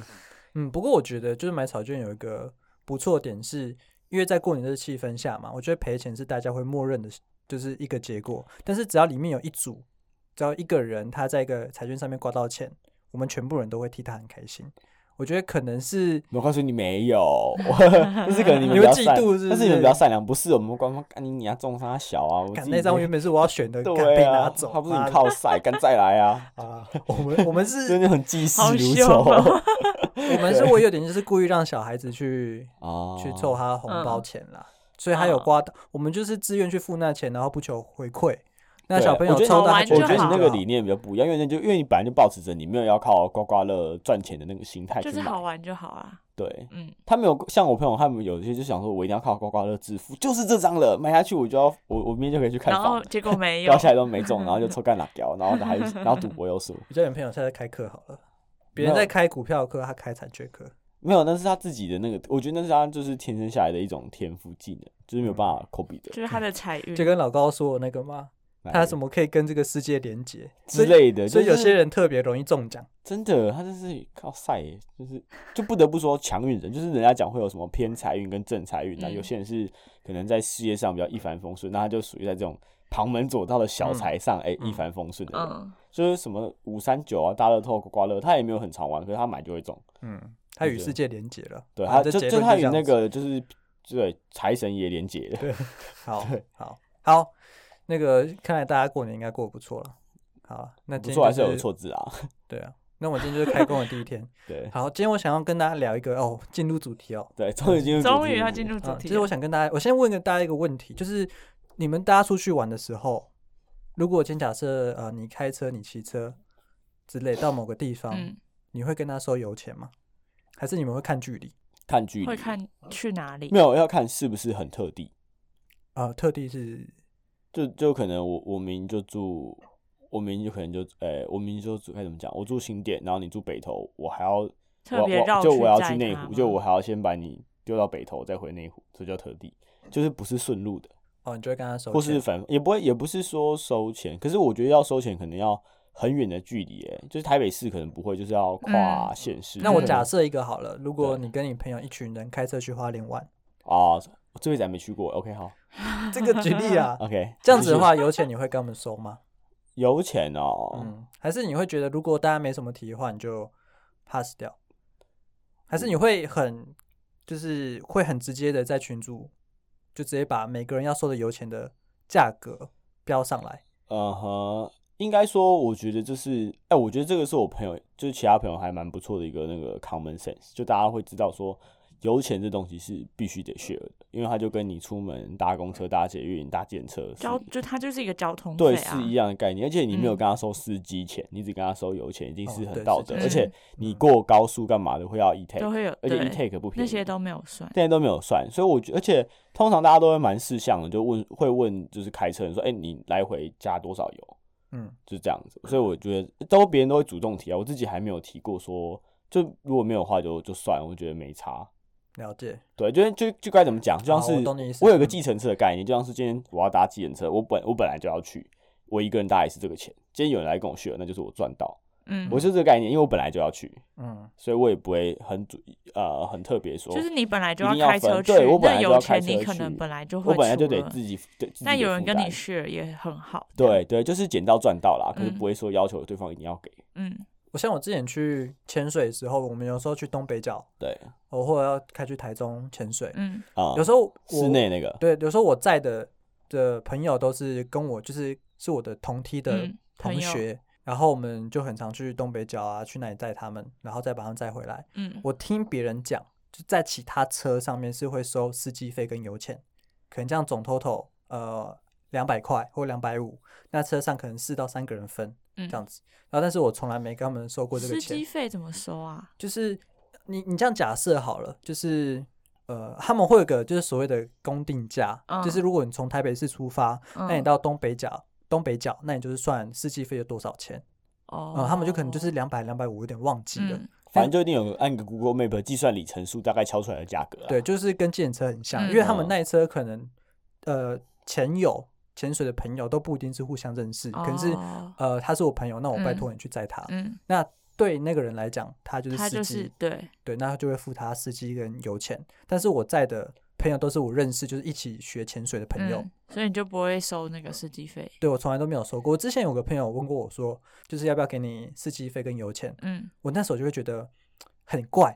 S1: 嗯，不过我觉得就是买彩券有一个不错点是，因为在过年的气氛下嘛，我觉得赔钱是大家会默认的，就是一个结果。但是只要里面有一组，只要一个人他在一个彩券上面刮到钱，我们全部人都会替他很开心。我觉得可能是
S3: 我告诉你没 有，但是可能你们比较善，
S1: 你会嫉妒是不是
S3: 但是你们比较善良，不是我们官方干你你要中他小啊，我
S1: 赶
S3: 自
S1: 那
S3: 己
S1: 张原本是我要选的，赶
S3: 对
S1: 被拿
S3: 啊，
S1: 走，
S3: 他不是
S1: 妈
S3: 你
S1: 的
S3: 靠赛，干再来啊，
S1: 啊！我们我们
S3: 真
S1: 是，
S3: 的很嫉世
S2: 好
S3: 如
S2: 凶哦
S3: 仇
S1: 我们是我有点就是故意让小孩子去
S3: 啊
S1: 去凑他红包
S2: 嗯
S1: 钱啦，所以他有
S2: 嗯
S1: 刮到，我们就是自愿去付那钱，然后不求回馈。那
S3: 对
S1: 小朋友
S3: 我觉得
S1: 抽到
S2: 好
S1: 他
S2: 玩
S1: 觉
S3: 我
S2: 就
S1: 得
S3: 觉得
S1: 开心
S3: 你那
S1: 就
S3: 个
S1: 好
S3: 理念比较不一样，因为就因为你本来就抱持着你没有要靠刮刮乐赚钱的那个心态
S2: 就
S3: 去
S2: 是
S3: 买
S2: 好，玩就好啊。
S3: 对
S2: 嗯，
S3: 他没有像我朋友，他们有一些就想说我一定要靠刮刮乐致富，就是这张了，买下去我就要我我明天就可以去看
S2: 然
S3: 房
S2: 后
S3: 了，
S2: 结果没有
S3: 刮，下来都没中，然后就抽干哪条，然后 还然后赌博又输，
S1: 比较远朋友现在开课好了，别
S3: 没
S1: 人
S3: 有
S1: 在开股票课，他开产权课。
S3: 没有，那是他自己的那个，我觉得那是他就是天生下来的一种天赋技能，就是没有办法 copy 的，
S2: 就是他的财运
S3: 嗯
S1: 就。跟老高说的那个嘛，他怎
S3: 么
S1: 么可以跟这个世界连接
S3: 之类的，
S1: 所以有
S3: 就是
S1: 些人特别容易中奖。
S3: 真的，他真是靠晒耶，就是就不得不说强运人，就是人家讲会有什么偏财运跟正财运那
S2: 嗯
S3: 有些人是可能在事业上比较一帆风顺，那他就属于在这种旁门左道的小财上，哎、
S1: 嗯
S3: 一帆风顺的人，
S2: 嗯，
S3: 就是什么五三九啊、大乐透、刮刮乐，他也没有很常玩，可是他买就会中，
S1: 嗯，他与世界连接了。
S3: 对
S1: 啊
S3: 他
S1: 这
S3: 就
S1: 结
S3: 就
S1: 论
S3: 他
S1: 这
S3: 与
S1: 样
S3: 那
S1: 子
S3: 个就是对财神爷连结 的，
S1: 好好好，那个看来大家过年应该过得不错了。好，那
S3: 不
S1: 今天、
S3: 错还
S1: 就是
S3: 有错字啊，
S1: 对啊，那我们今天就是开工的第一天。
S3: 对
S1: 好，今天我想要跟大家聊一个哦，进入主题哦。
S3: 对，终于进入主
S2: 终
S3: 题
S2: 于要
S3: 了
S2: 进入主
S1: 啊，
S2: 题
S1: 就
S2: 了。
S1: 是我想跟大家，我先问个大家一个问题，就是你们大家出去玩的时候，如果今天假设呃你开车、你骑车之类到某个地方，
S2: 嗯，
S1: 你会跟他收油钱吗？还是你们会看距离？
S3: 看距
S2: 会
S3: 离，
S2: 看去哪里
S3: 没？有要看是不是很特地。
S1: 呃，特地是
S3: 就就可能我我明明就住，我明明就可能就，呃、我明明就住该怎么讲？我住新店，然后你住北投，我还要
S2: 特
S3: 我
S2: 别绕
S3: 我就
S2: 去
S3: 我要
S2: 载
S3: 去内
S2: 他嗯
S3: 湖，
S2: 吗
S3: 就我还要先把你丢到北投，再回内湖，这叫特地，就是不是顺路的，
S1: 哦，你就会跟他收钱，
S3: 或是反也不会也不是说收钱，可是我觉得要收钱可能要很远的距离，哎，就是台北市可能不会，就是要跨县市。
S1: 嗯那我
S3: 可能
S1: 假设一个好了，如果
S3: 嗯对
S1: 你跟你朋友一群人开车去花莲 玩，
S3: 啊，我这辈子还没去过，OK 好
S1: 这个举例 啊，
S3: ，OK，
S1: 这样子的话，油钱你会跟我们收吗？
S3: 油钱哦、
S1: 嗯，还是你会觉得如果大家没什么提的话，你就 pass 掉？还是你会很就是会很直接的在群组就直接把每个人要收的油钱的价格标上来？
S3: 嗯哼，应该说，我觉得就是，哎、我觉得这个是我朋友，就是其他朋友还蛮不错的一个那个 common sense，就大家会知道说，油钱这东西是必须得 share 的，因为它就跟你出门搭公车、搭捷运、搭电车是
S2: 交就它就是一个交通
S3: 对，
S2: 费
S3: 是
S2: 啊，
S3: 一样的概念，而且你没有
S2: 嗯
S3: 跟他收司机钱，你只跟他收油钱，已经
S1: 哦
S3: 是
S1: 对
S3: 很
S1: 是
S3: 道
S1: 这
S3: 德，
S2: 样
S3: 而且
S2: 嗯
S3: 你过高速干嘛的会要 e
S2: 都
S3: take，
S2: 会有，
S3: 而且 e
S2: 对，
S3: take 不便
S2: 那
S3: 宜，
S2: 些都没有算。
S3: 现在都没有算，所以我觉而且通常大家都会蛮识相的，就问会问就是开车人说，哎、你来回加多少油？
S1: 嗯，
S3: 就是这样子，所以我觉得都别人都会主动提啊，我自己还没有提过说，就如果没有的话就就算，我觉得没差。
S1: 了解。
S3: 对，就是就就该怎么讲，就像
S1: 好
S3: 是
S1: 我懂你意思
S3: 我有个
S1: 嗯
S3: 计程车的概念，就像是今天我要搭计程车，我本我本来就要去，我一个人搭也是这个钱，今天有人来跟我 share，那就是我赚到，
S2: 嗯，
S3: 我是这个概念，因为我本来就要去，
S1: 嗯，
S3: 所以我也不会很主呃很特别说，
S2: 就是你本来就
S3: 一定要
S2: 开车
S3: 分
S2: 去，
S3: 对我本
S2: 那
S3: 来就
S2: 有
S3: 要开
S2: 钱
S3: 车
S2: 你可能
S3: 去
S2: 本来就会
S3: 我本来
S2: 出
S3: 就得
S2: 了
S3: 自己对，自己
S2: 那
S3: 得
S2: 有人
S3: 负
S2: 跟你
S3: 担
S2: share 也很好。这样
S3: 对，对，就是捡到赚到啦，可是
S2: 嗯
S3: 不会说要求对方一定要给，
S2: 嗯，
S1: 我像我之前去潜水的时候，我们有时候去东北角，
S3: 对
S1: 哦，或者要开去台中潜水，
S2: 嗯
S3: 啊，
S1: 有时候我
S3: 室内那个
S1: 对，有时候我在的的朋友都是跟我，就是是我的同梯的
S2: 嗯朋
S1: 同
S2: 友
S1: 学，然后我们就很常去东北角啊，去那里载他们，然后再把他们载回来。
S2: 嗯，
S1: 我听别人讲，就在其他车上面是会收司机费跟油钱，可能这样总 total 呃两百块或两百五，那车上可能四到三个人分
S2: 嗯
S1: 这样子。然后，但是我从来没跟他们收过这个
S2: 司
S1: 钱
S2: 机。费怎么收啊？
S1: 就是你你这样假设好了，就是呃，他们会有个就是所谓的公定价，
S2: 嗯
S1: 就是如果你从台北市出发，那你
S2: 嗯
S1: 到东北角。东北角，那你就是算司机费有多少钱？
S2: 哦
S1: 呃，，他们就可能就是两百、两百五，有点忘记了。
S2: 嗯
S3: 反正就一定有个按个 Google Map 计算里程数大概敲出来的价格啦。啊
S1: 对，就是跟计程车很像，
S2: 嗯
S1: 因为他们
S3: 嗯
S1: 那一车可能，呃，前友、潜水的朋友都不一定是互相认识，可能是
S2: 哦
S1: 呃，他是我朋友，那我拜
S2: 嗯
S1: 托你去载他。
S2: 嗯，
S1: 那对那个人来讲，他就是
S2: 他
S1: 司
S2: 就
S1: 机
S2: 是，对，
S1: 对，那他就会付他司机跟油钱。但是我在的朋友都是我认识，就是一起学潜水的朋友，
S2: 嗯，所以你就不会收那个司机费。
S1: 对我从来都没有收过。我之前有个朋友问过我说，就是要不要给你司机费跟油钱，
S2: 嗯
S1: 我那时候就会觉得很怪，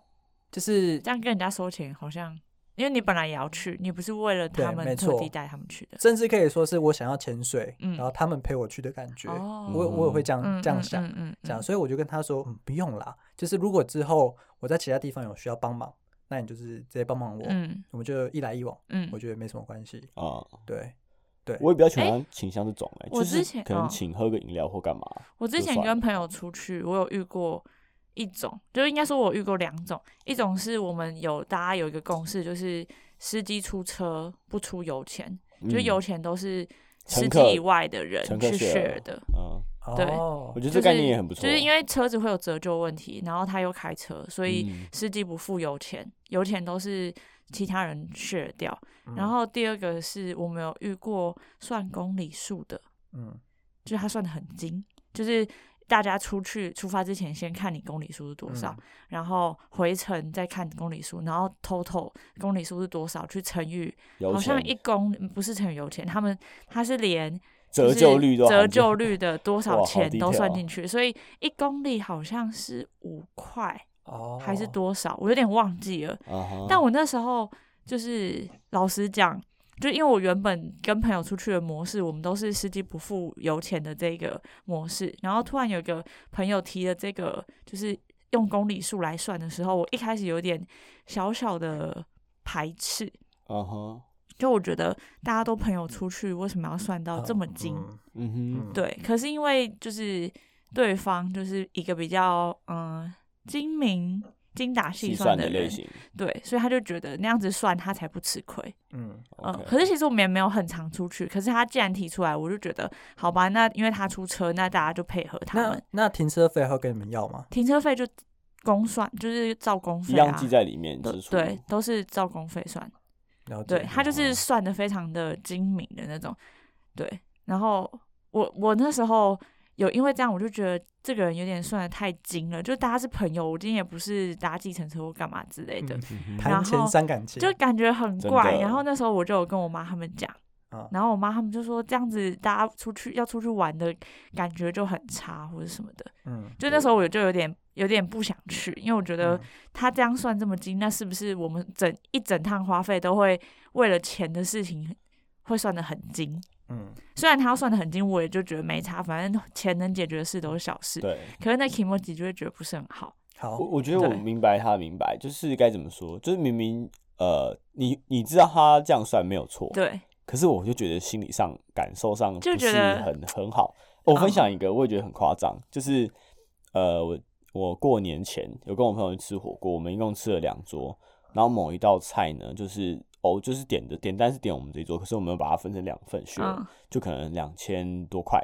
S1: 就是
S2: 这样跟人家收钱好像，因为你本来也要去，你不是为了
S1: 对
S2: 他们
S1: 没
S2: 特
S1: 错
S2: 地带他们去的。
S1: 甚至可以说是我想要潜水，
S2: 嗯
S1: 然后他们陪我去的感觉。
S2: 哦
S1: 我我也会这样、
S2: 嗯
S1: 这样想，
S2: 嗯嗯，
S1: 这样，
S2: 嗯
S1: 所以我就跟他说，嗯，不用啦，就是如果之后我在其他地方有需要帮忙，那你就是直接帮忙我，
S2: 嗯
S1: 我们就一来一往，
S2: 嗯哦
S1: 我觉得没什么关系。
S3: 啊、
S1: 对，对，
S3: 我也比较喜欢倾向这种、欸，
S2: 我
S3: 就
S2: 之
S3: 是
S2: 前
S3: 可能
S2: 哦
S3: 请喝个饮料或干嘛，
S2: 我之
S3: 就
S2: 前
S3: 算
S2: 跟
S3: 了
S2: 朋友出去，我有遇过一种，就应该说我遇过两种，一种是我们有大家有一个共识，就是司机出车不出油钱，就是
S3: 嗯
S2: 油钱都是
S3: 乘
S2: 司
S3: 客
S2: 机以外的人
S3: 乘
S2: 去
S3: 客 share
S2: share 的。
S3: 嗯，
S2: 对
S1: 哦
S3: 我觉得
S2: 就是
S3: 这概念也很不错，
S2: 就是因为车子会有折旧问题，然后他又开车，所以
S3: 嗯
S2: 司机不付油钱，油钱都是其他人 share 掉。
S1: 嗯
S3: 嗯
S2: 然后第二个是我们有遇过算公里数的，
S1: 嗯，
S2: 就是他算的很精，就是大家出去出发之前先看你公里数是多少，
S1: 嗯
S2: 然后回程再看公里数，然后 total 公里数是多少去乘以，
S3: 油
S2: 好像
S3: 钱
S2: 一公不是乘以油钱，他们他是连就
S3: 折
S2: 是
S3: 旧率都
S2: 折
S3: 含进
S2: 旧率的多少
S3: 哇好
S2: 钱都
S3: detail
S2: 算
S3: 哦
S2: 进去，所以一公里好像是五块
S1: 哦，
S2: 还是多少，我有点忘记了。
S3: 啊哈，
S2: 但我那时候就是老实讲，就因为我原本跟朋友出去的模式，我们都是司机不付油钱的这个模式，然后突然有一个朋友提了这个，就是用公里数来算的时候，我一开始有点小小的排斥，
S3: 啊哈，
S2: 就我觉得大家都朋友出去，为什么要算到
S1: 哦
S2: 这么精？
S1: 嗯
S3: 嗯哼，
S1: 嗯
S2: 对，可是因为就是对方就是一个比较嗯、呃精明、精打细
S3: 计
S2: 算
S3: 算
S2: 的
S3: 的类
S2: 人，
S3: 型
S2: 对，所以他就觉得那样子算他才不吃亏。
S1: 嗯
S2: 嗯
S3: ，OK，
S2: 可是其实我们也没有很常出去，可是他既然提出来，我就觉得好吧，那因为他出车，那大家就配合他
S1: 那
S2: 们。
S1: 那停车费还要给你们要吗？
S2: 停车费就公算，就是照公
S3: 一
S2: 费
S3: 样
S2: 啊
S3: 记，在里面
S2: 都
S3: 支出，
S2: 对，都是照公费算。
S1: 了解，
S2: 对他就是算的非常的精明的那种，对。然后我我那时候有因为这样，我就觉得这个人有点算的太精了，就大家是朋友，我今天也不是搭计程车或干嘛之类的，
S1: 嗯
S3: 嗯哼
S1: 谈钱
S2: 后
S1: 伤感情，
S2: 就感觉很
S3: 真
S2: 怪。
S3: 的
S2: 然后那时候我就有跟我妈他们讲，
S1: 啊
S2: 然后我妈他们就说这样子大家出去要出去玩的感觉就很差或者什么的，
S1: 嗯，
S2: 就那时候我就有点有点不想去，因为我觉得。
S1: 嗯
S2: 他这样算这么精，那是不是我们整一整趟花费都会为了钱的事情会算得很精？
S1: 嗯
S2: 虽然他要算得很精，我也就觉得没差，反正钱能解决的事都是小事。
S3: 对。
S2: 可是那 k i m o j i 就会觉得不是很好。
S1: 好
S3: 我，我觉得我
S2: 对
S3: 明白他的明白，就是该怎么说，就是明明呃，你你知道他这样算没有错，
S2: 对，
S3: 可是我就觉得心理上感受上
S2: 就
S3: 不
S2: 觉
S3: 是
S2: 得
S3: 很很好。我分
S2: 嗯
S3: 享一个，我也觉得很夸张，就是呃，我我过年前有跟我朋友去吃火锅，我们一共吃了两桌，然后某一道菜呢，就是哦，就是点的点单是点我们这一桌，可是我们把它分成两份 s
S2: 嗯
S3: 就可能两千多块，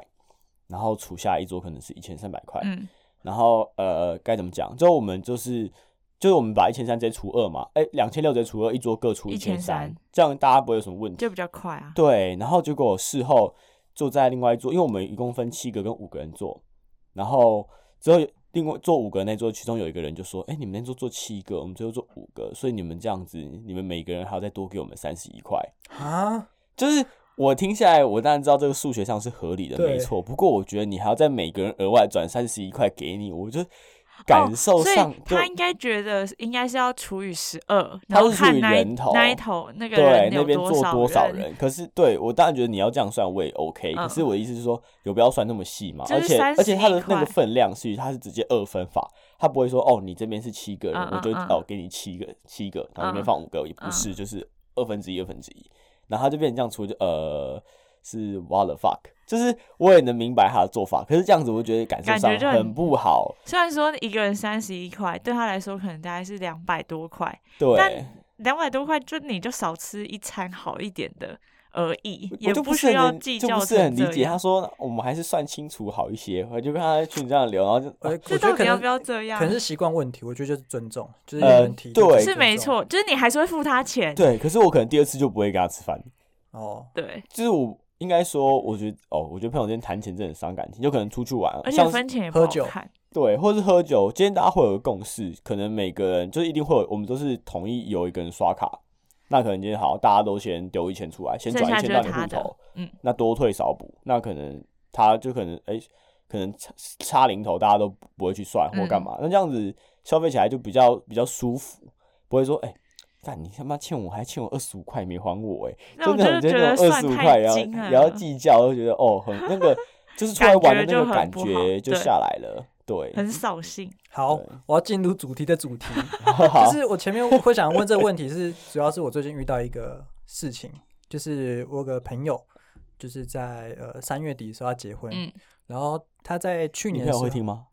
S3: 然后除下一桌可能是一千三百块，
S2: 嗯
S3: 然后呃，该怎么讲？最后我们就是就是我们把一千三直接除二嘛，哎、两千六直接除二，一桌各除一千三
S2: 1300，
S3: 这样大家不会有什么问题。
S2: 就比较快啊。
S3: 对，然后结果事后坐在另外一桌，因为我们一共分七个跟五个人坐，然后之后另外坐五个那桌，其中有一个人就说：“哎、你们那桌坐七个，我们最后坐五个，所以你们这样子，你们每个人还要再多给我们三十一块。”
S2: 哦
S1: 啊，
S3: 就是我听下来，我当然知道这个数学上是合理的，
S1: 对
S3: 没错。不过我觉得你还要在每个人额外转三十一块给你，我就感受上
S2: 哦、所以
S3: 就、
S2: 他应该觉得应该是要除以十二，
S3: 他
S2: 然后
S3: 是除
S2: 看
S3: 以
S2: 那一
S3: 人头
S2: 那一头那个
S3: 对
S2: 人
S3: 那
S2: 有
S3: 边坐
S2: 少
S3: 多少
S2: 人，
S3: 人。可是对我当然觉得你要这样算我也 OK，、
S2: 嗯
S3: 可是我的意思是说，有必要算那么细吗？
S2: 就
S3: 而
S2: 是
S3: 且
S2: 31
S3: 而且它的那
S2: 块
S3: 个分量是它是直接二分法，它不会说哦你这边是七个人，
S2: 嗯嗯
S3: 我就
S2: 嗯
S3: 哦给你七个七个，然后里面
S2: 嗯
S3: 放五个，也不
S2: 嗯
S3: 是就是二分之一二分之一，然后它就变成这样除就呃。是 what the fuck，就是我也能明白他的做法，可是这样子我觉得感受
S2: 感觉
S3: 上
S2: 就很
S3: 很不好。
S2: 虽然说一个人三十一块，对他来说可能大概是两百多块，
S3: 对
S2: 但，两百多块，就你就少吃一餐好一点的而已，
S3: 我
S2: 也
S3: 就不是
S2: 需
S3: 很
S2: 要
S3: 能
S2: 计
S3: 就
S2: 较
S3: 不
S2: 成
S3: 是
S2: 这样。
S3: 很理解。他说我们还是算清楚好一些，我就跟他在群这样聊，然后就
S1: 我我觉
S2: 这到
S1: 得可
S2: 底要
S1: 能
S2: 不要这样
S1: 可？能是习惯问题，我觉得就是尊重，就是
S3: 呃
S1: 有人提就
S3: 对
S1: 尊
S2: 是
S1: 重
S2: 没错，就是你还是会付他钱。
S3: 对，可是我可能第二次就不会跟他吃饭。
S1: 哦，
S2: 对
S3: 就是我应该说，我觉得哦，我觉得朋友之间谈钱真的很伤感情，就可能出去玩，
S2: 而且
S3: 像是
S2: 分钱也不
S1: 喝
S2: 好
S1: 酒
S2: 看。
S3: 对，或是喝酒。今天大家会有个共识，可能每个人就是一定会有，我们都是同意有一个人刷卡。那可能今天好，大家都先丢一千出来，先
S2: 剩
S3: 转
S2: 下
S3: 一千
S2: 就
S3: 到
S2: 是
S3: 你
S2: 他
S3: 户
S2: 的
S3: 头，
S2: 嗯，
S3: 那多退少补。那可能他就可能哎、可能差差零头，大家都不会去算或
S2: 嗯
S3: 干嘛。那这样子消费起来就比较比较舒服，不会说哎。但你他妈欠我，还欠我二十五块没还我哎、
S2: 那我
S3: 真的
S2: 就是觉
S3: 很那
S2: 得
S3: 种二
S2: 算
S3: 十五
S2: 太
S3: 块也要
S2: 精了
S3: 也要计较，就觉得哦，很那个就是出来玩的那个
S2: 感
S3: 感
S2: 觉就很不
S3: 觉
S2: 好
S3: 就下来了。对，
S2: 很扫兴。
S1: 好
S3: 对，
S1: 我要进入主题的主题， 就
S3: 好
S1: 是我前面会想问这个问题是，主要是我最近遇到一个事情，就是我有个朋友，就是在呃三月底的时候要结婚，
S2: 嗯，
S1: 然后他在去
S3: 你
S1: 年
S3: 朋
S1: 的时
S3: 友
S1: 候
S3: 会听吗？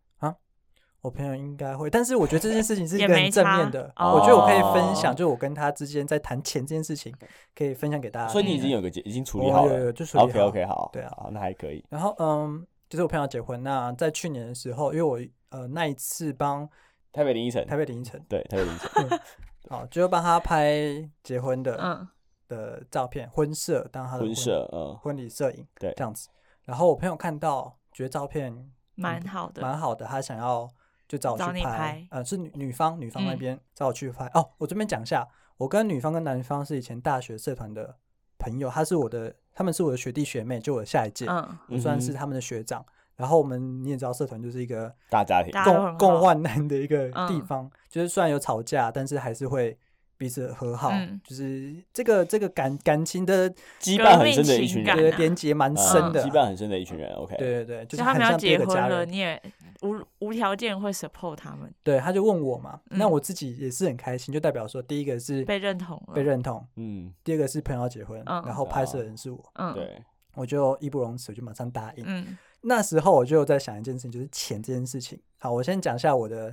S1: 我朋友应该会，但是我觉得这件事情是一
S2: 也
S1: 个很
S2: 没
S1: 正
S2: 差
S1: 面的，
S2: 哦
S1: 我觉得我可以分享，就是我跟他之间在谈钱这件事情，可以分享给大家。
S3: 所以你已经有个结，已经处理好
S1: 啊我有有
S3: 了，
S1: 就处理好
S3: OK OK 好，
S1: 对啊
S3: 好，那还可以。
S1: 然后嗯，就是我朋友结婚，那在去年的时候，因为我呃那一次帮
S3: 台北林依晨，
S1: 台北凌晨，
S3: 对台北林依晨，
S1: 哦，就是帮他拍结婚的、
S2: 嗯，
S1: 的照片，婚摄当他的
S3: 婚社，嗯，
S1: 婚礼摄影，
S3: 对
S1: 这样子。然后我朋友看到觉得照片
S2: 蛮好的。
S1: 嗯蛮好的，他想要就找我去
S2: 找你拍
S1: 呃，是女女方女方那
S2: 嗯
S1: 边、找我去拍。哦，我这边讲一下，我跟女方跟男方是以前大学社团的朋友，他是我的，他们是我的学弟学妹，就我下一届，
S2: 嗯，
S1: 我算是
S3: 嗯哼
S1: 他们的学长。然后我们你也知道，社团就是一个
S3: 大家庭，
S2: 大家都很
S1: 共
S2: 好
S1: 共患难的一个地
S2: 嗯
S1: 方，就是虽然有吵架，但是还是会彼此和好，
S2: 嗯
S1: 就是这个这个感感情的
S3: 羁绊很深的一群
S2: 感啊
S1: 这
S2: 革
S1: 个
S2: 命
S3: 人
S2: 情，
S1: 连接蛮
S3: 嗯
S1: 深的
S3: 羁
S1: 啊、
S3: 绊很深的一群人，OK，
S1: 对对对，就
S2: 就是他
S1: 很
S2: 们要
S1: 像第
S2: 结
S1: 二个家
S2: 婚了，
S1: 人。
S2: 你也无无条件会 support 他们，
S1: 对，他就问我嘛，那
S2: 嗯
S1: 我自己也是很开心，就代表说，第一个是
S2: 被认同了。
S1: 被认同，
S3: 嗯，
S1: 第二个是朋友要结婚，
S2: 嗯
S1: 然后拍摄人是我，
S2: 嗯，，
S3: 对，
S1: 我就义不容辞，我就马上答应。
S2: 嗯
S1: 那时候我就在想一件事情，就是钱这件事情。好，我先讲一下我的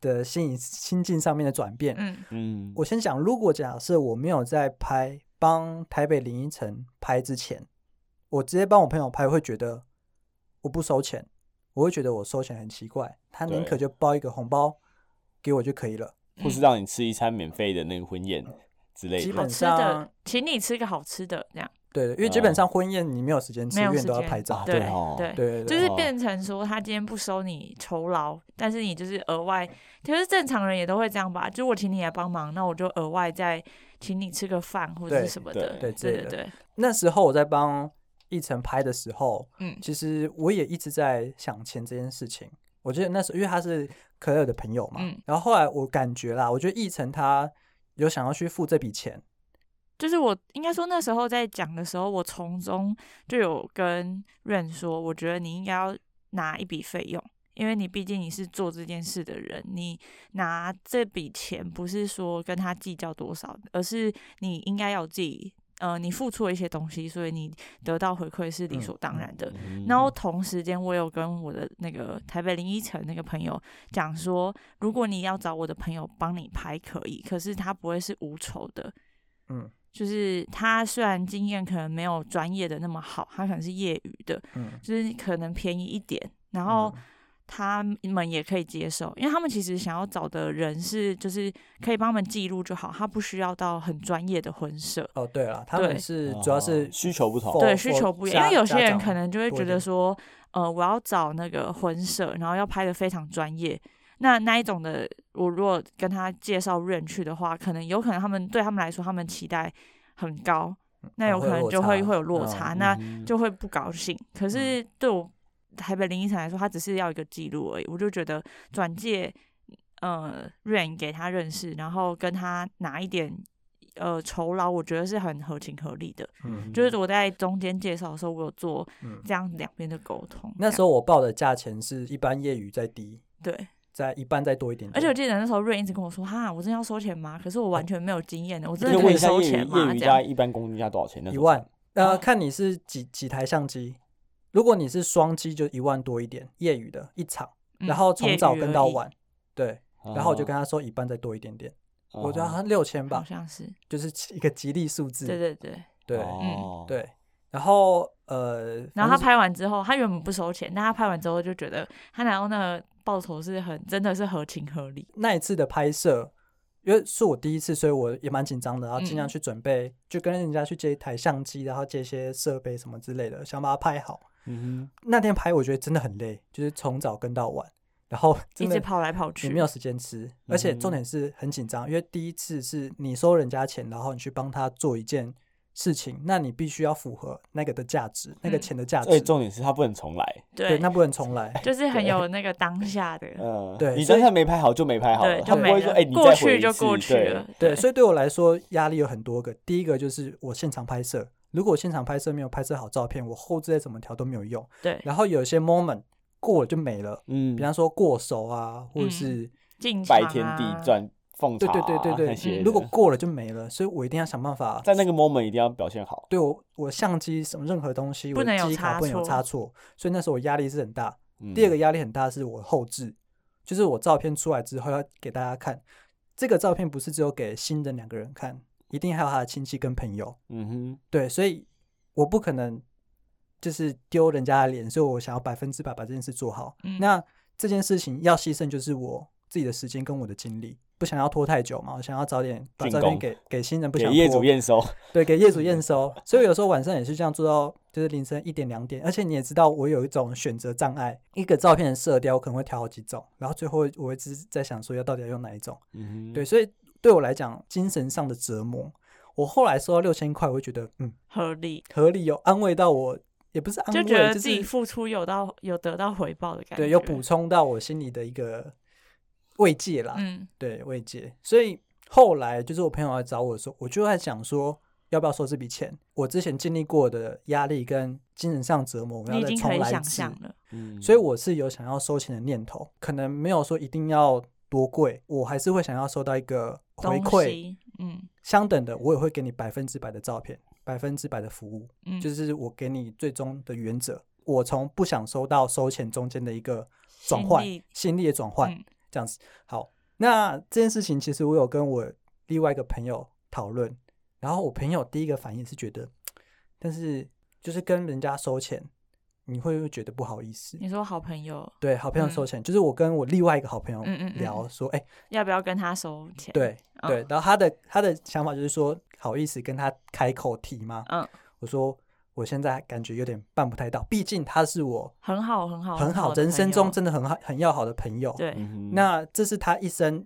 S1: 的心心境上面的转变。
S2: 嗯
S3: 嗯，
S1: 我先讲，如果假设我没有在拍帮台北林依晨拍之前，我直接帮我朋友拍，会觉得我不收钱，我会觉得我收钱很奇怪。他宁可
S3: 对
S1: 就包一个红包给我就可以了。
S3: 或是让你吃一餐免费的那个婚宴之类
S1: 基
S3: 的
S1: 本
S2: 好吃
S1: 上
S2: 的，请你吃个好吃的，这样
S1: 对的，因为基本上婚宴你没有时间吃，
S2: 哦没有
S1: 永远
S2: 时
S1: 都要
S2: 间
S1: 拍照。
S3: 啊，
S2: 对
S3: 对哦，
S2: 对
S1: 对对
S2: 就
S1: 对，
S2: 是
S3: 哦
S2: 变成说他今天不收你酬劳，但是你就是额外，其实正常人也都会这样吧，就我请你来帮忙，那我就额外再请你吃个饭或者
S1: 对
S2: 是什么的，
S1: 对之
S2: 对
S1: 类
S2: 对
S1: 的
S2: 对，
S1: 那时候我在帮一晨拍的时候，
S2: 嗯
S1: 其实我也一直在想钱这件事情。我记得那时候，因为他是可乐的朋友嘛，
S2: 嗯
S1: 然后后来我感觉啦，我觉得一晨他有想要去付这笔钱，
S2: 就是我应该说那时候在讲的时候，我从中就有跟润说，我觉得你应该要拿一笔费用，因为你毕竟你是做这件事的人，你拿这笔钱不是说跟他计较多少，而是你应该要有自己。呃，你付出了一些东西，所以你得到回馈是理所当然的。
S3: 嗯
S2: 然后同时间，我有跟我的那个台北林依晨那个朋友讲说，如果你要找我的朋友帮你拍可以，可是他不会是无酬的。
S1: 嗯
S2: 就是他虽然经验可能没有专业的那么好，他可能是业余的，
S1: 嗯，
S2: 就是可能便宜一点，然后他们也可以接受，因为他们其实想要找的人是就是可以帮他们记录就好，他不需要到很专业的婚摄。
S1: 哦对了，他们
S2: 对
S1: 是主要是
S3: 哦需求不同
S1: for-
S2: 对，需求不一样，因为有些人可能就会
S1: 多
S2: 觉
S1: 一
S2: 得
S1: 点
S2: 说，呃，我要找那个婚摄，然后要拍的非常专业。那那一种的，我如果跟他介绍 r 去的话，可能有可能他们对他们来说，他们期待很高，那有可能就会会有落差，那
S3: 嗯
S2: 就会不高兴。可
S1: 嗯
S2: 是对我台北林依晨来说，他只是要一个记录而已，我就觉得转介呃 r 给他认识，然后跟他拿一点呃酬劳，我觉得是很合情合理的。
S1: 嗯，
S2: 就是我在中间介绍的时候，我有做
S1: 嗯
S2: 这样两边的沟通。
S1: 那时
S2: 候
S1: 候嗯我报的价钱是一般业余再低，
S2: 对，
S1: 再一般再多一点点，
S2: 而且我记得那时候瑞一直跟我说：“哈，我真的要收钱吗？”可是我完全没有经验的，我真
S3: 可
S2: 的可
S3: 以问
S2: 以
S3: 一下
S2: 收
S3: 业余
S2: 钱
S3: 业
S2: 吗？
S3: 余
S2: 这
S3: 加
S2: 样
S3: 一般公定价多少钱？那时
S1: 一
S3: 候
S1: 万，呃，
S2: 哦
S1: 看你是几几台相机，如果你是双机就一万多一点，业余的一场，
S2: 嗯
S1: 然后从早
S2: 业余而
S1: 跟到
S2: 已
S1: 晚，对，
S3: 算，
S1: 然后我就跟他说一半再多一点点，
S3: 嗯
S1: 我觉得好像六千
S2: 好
S1: 吧，
S2: 像是，
S1: 就是一个吉利数字，
S2: 对对对。
S1: 对
S3: 哦
S1: 对然后呃，
S2: 然
S1: 反
S2: 后他
S1: 正
S2: 拍完之后，他原本不收钱，但他拍完之后就觉得他拿到那个报酬是很真的是合情合理。
S1: 那一次的拍摄。因为是我第一次，所以我也蛮紧张的，然后尽量
S2: 嗯
S1: 去准备，就跟人家去借一台相机，然后借一些设备什么之类的，想把它拍好。
S3: 嗯
S1: 那天拍我觉得真的很累，就是从早跟到晚，然后
S2: 一
S1: 真的
S2: 直跑来跑
S1: 你
S2: 去，
S1: 没有时间吃，而且
S3: 嗯哼
S1: 重点是很紧张，因为第一次是你收人家钱，然后你去帮他做一件事情，那你必须要符合那个的价值，那个
S2: 嗯
S1: 钱的价值
S3: 所以。重点是他不能重来。
S1: 对，
S2: 对，
S1: 那不能重来。
S2: 就是很有那个当下的，
S3: 嗯，
S1: 对
S3: 你
S1: 所以
S3: 当下没拍好就没拍好了，
S2: 对，
S3: 他
S2: 就
S3: 不
S2: 没
S3: 会说
S2: 了，
S3: 哎，你再
S2: 过
S3: 回
S2: 去
S3: 一
S2: 就
S3: 次
S2: 过去
S3: 对
S2: 了，
S1: 对，所以对我来说压力有很多个。第一个就是我现场拍摄，如果我现场拍摄没有拍摄好照片，我后置再怎么调都没有用。
S2: 对，
S1: 然后有些 moment 过了就没了，
S3: 嗯
S1: 比，方说过熟啊，或者是、
S2: 进
S3: 拜
S2: 场
S3: 天地
S2: 啊，
S3: 转奉茶
S1: 对
S3: 啊
S1: 对对对
S3: 那
S1: 对，
S3: 些的，
S1: 如果过了就没了，所以我一定要想办法
S3: 在那个 moment 一定要表现好。
S1: 对我我相机什么任何东西，
S2: 不
S1: 我的
S2: 能有
S1: 记忆卡
S2: 差
S1: 不能有
S2: 错
S1: 差错，所以那时候我压力是很大。
S3: 嗯
S1: 第二个压力很大是我后置，就是我照片出来之后要给大家看，这个照片不是只有给新人两个人看，一定还有他的亲戚跟朋友。
S3: 嗯哼，
S1: 对，所以我不可能就是丢人家的脸，所以我想要百分之百把这件事做好。
S2: 嗯
S1: 那这件事情要牺牲就是我自己的时间跟我的精力，不想要拖太久嘛，我想要早点把
S3: 竣
S1: 照片
S3: 工
S1: 给给新人，不
S3: 给
S1: 想
S3: 业
S1: 拖
S3: 主验收，
S1: 对，给
S2: 嗯
S1: 业主验收。所以有时候晚上也是这样做到，就是凌晨一点两点。而且你也知道，我有一种选择障碍，一个照片的色调我可能会调好几种，然后最后我会只在想说要到底要用哪一种。
S3: 嗯哼，
S1: 对，所以对我来讲，精神上的折磨，我后来收到六千块，我会觉得嗯
S2: 合理，
S1: 合理，有哦安慰到我，也不是安
S2: 就
S1: 慰，
S2: 觉得
S1: 就
S2: 自己
S1: 是
S2: 付出有到有得到回报的感觉，
S1: 对，有补，充到我心里的一个慰藉啦。
S2: 嗯，
S1: 对慰藉。所以后来就是我朋友来找我的时候，我就在想说，要不要收这笔钱？我之前经历过的压力跟精神上折磨，我
S2: 你
S1: 要
S2: 已
S1: 再
S2: 经
S1: 重
S2: 可以
S1: 来一
S2: 想
S1: 次
S2: 象。了，
S3: 嗯
S1: 所以我是有想要收钱的念头，可能没有说一定要多贵，我还是会想要收到一个回
S2: 东
S1: 馈
S2: 西，嗯
S1: 相等的，我也会给你百分之百的照片，百分之百的服务，
S2: 嗯，
S1: 就是我给你最终的原则。我从不想收到收钱中间的一个转
S2: 心
S1: 换
S2: 力，
S1: 心力的转换，
S2: 嗯
S1: 这样子。好，那这件事情其实我有跟我另外一个朋友讨论，然后我朋友第一个反应是觉得，但是就是跟人家收钱，你会不会觉得不好意思？
S2: 你说好朋友
S1: 对，好朋友收钱，就是我跟我另外一个好朋友
S2: 嗯嗯嗯
S1: 聊说，哎、
S2: 要不要跟他收钱？，
S1: 对
S2: 嗯
S1: 对，然后他的他的想法就是说，好意思跟他开口提吗？
S2: 嗯，
S1: 我说我现在感觉有点办不太到，毕竟他是我
S2: 很好很好
S1: 很好
S2: 哦好的
S1: 人生
S2: 朋
S1: 中
S2: 友
S1: 真的很好很要好的朋友，
S2: 对，
S3: 嗯哼
S1: 那这是他一生